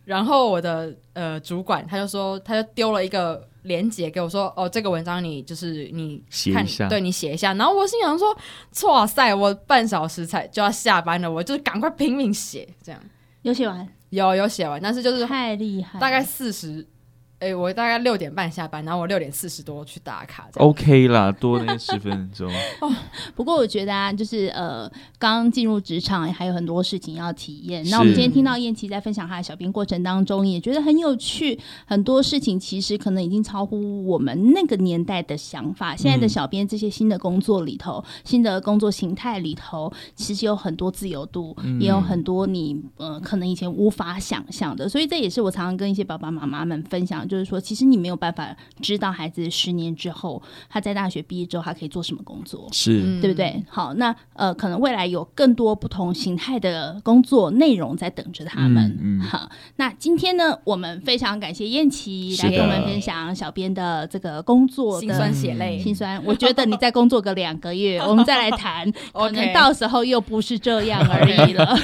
Speaker 3: 然后我的呃主管他就说，他就丢了一个链接给我说，哦，这个文章你就是你
Speaker 2: 写
Speaker 3: 看
Speaker 2: 一下，
Speaker 3: 对你写一下。然后我心想说，哇塞，我半小时才就要下班了，我就赶快拼命写，这样
Speaker 1: 有写完，
Speaker 3: 有有写完，但是就是
Speaker 1: 太厉害了，
Speaker 3: 大概四十。哎、我大概六点半下班，然后我六点四十多去打卡，这样。
Speaker 2: OK 啦，多那十分
Speaker 3: (laughs)
Speaker 2: 钟，
Speaker 1: 不过我觉得啊，就是呃，刚进入职场还有很多事情要体验。那我们今天听到燕琪在分享她的小编过程当中，也觉得很有趣。很多事情其实可能已经超乎我们那个年代的想法。现在的小编这些新的工作里头，新的工作形态里头，其实有很多自由度，也有很多你呃可能以前无法想象的。所以这也是我常常跟一些爸爸妈妈们分享，就是说，其实你没有办法知道孩子十年之后，他在大学毕业之后，他可以做什么工作。
Speaker 2: 是
Speaker 3: 嗯
Speaker 1: 对不对？好，那呃，可能未来有更多不同形态的工作内容在等着他们。
Speaker 2: 嗯嗯
Speaker 1: 好，那今天呢，我们非常感谢燕琪来
Speaker 2: 是
Speaker 1: 跟我
Speaker 2: 的
Speaker 1: 们分享小编的这个工作
Speaker 3: 心
Speaker 1: 的
Speaker 3: 酸血泪。
Speaker 1: 心酸。我觉得你再工作个两个
Speaker 3: (laughs)
Speaker 1: 月，我们再来谈，可能
Speaker 3: OK，
Speaker 1: 到时候又不是这样而已了。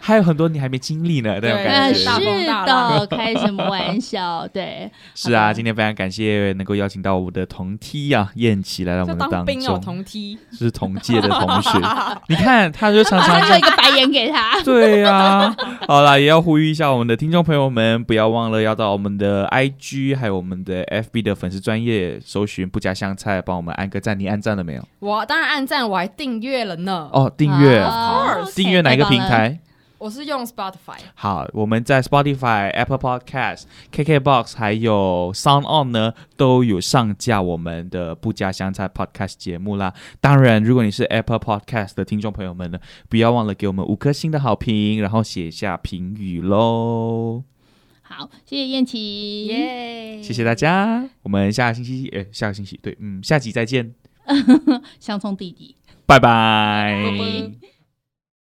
Speaker 2: 还有很多你还没经历呢，那种
Speaker 3: (laughs) 对
Speaker 2: 感
Speaker 1: 但
Speaker 2: 觉
Speaker 1: 是
Speaker 3: 大风大
Speaker 1: 的，开什么玩笑？到。
Speaker 2: (laughs)
Speaker 1: 对，
Speaker 2: 是啊，
Speaker 1: 吧
Speaker 2: 今天非常感谢能够邀请到我的同梯啊，燕琪来到我
Speaker 3: 就
Speaker 2: 们的
Speaker 3: 当
Speaker 2: 当
Speaker 3: 兵哦，
Speaker 2: 中，
Speaker 3: 同梯，
Speaker 2: 是同届的同
Speaker 3: (laughs)
Speaker 2: 学。你看，他就常
Speaker 1: 马
Speaker 2: 常
Speaker 1: 上
Speaker 2: 这
Speaker 1: 就
Speaker 2: 样
Speaker 1: 一个白眼给他。
Speaker 3: (laughs)
Speaker 2: 对呀、
Speaker 3: 啊
Speaker 2: 好啦，也要呼吁一下我们的听众朋友们，不要忘了要到我们的 IG 还有我们的 FB 的粉丝专业搜寻不加香菜，帮我们按个赞。你按赞了没有？
Speaker 3: 我当然按赞，我还订阅了呢。
Speaker 2: 哦， (laughs) 订阅，
Speaker 3: 啊
Speaker 1: 哦
Speaker 2: 订阅哪一个平？
Speaker 1: 太棒了
Speaker 2: 台？
Speaker 3: 我是用 Spotify，
Speaker 2: 好，我们在 Spotify、Apple Podcast、KKBox 还有 Sound On 呢都有上架我们的不加香菜 Podcast 节目啦。当然，如果你是 Apple Podcast 的听众朋友们呢，不要忘了给我们五颗星的好评，然后写下评语喽。
Speaker 1: 好，谢谢燕琪。 (laughs)
Speaker 3: 耶！
Speaker 2: 谢谢大家，我们下个星期，呃，下个星期对，嗯，下集再见，
Speaker 1: 乡村弟弟。
Speaker 2: 拜拜。
Speaker 3: 拜拜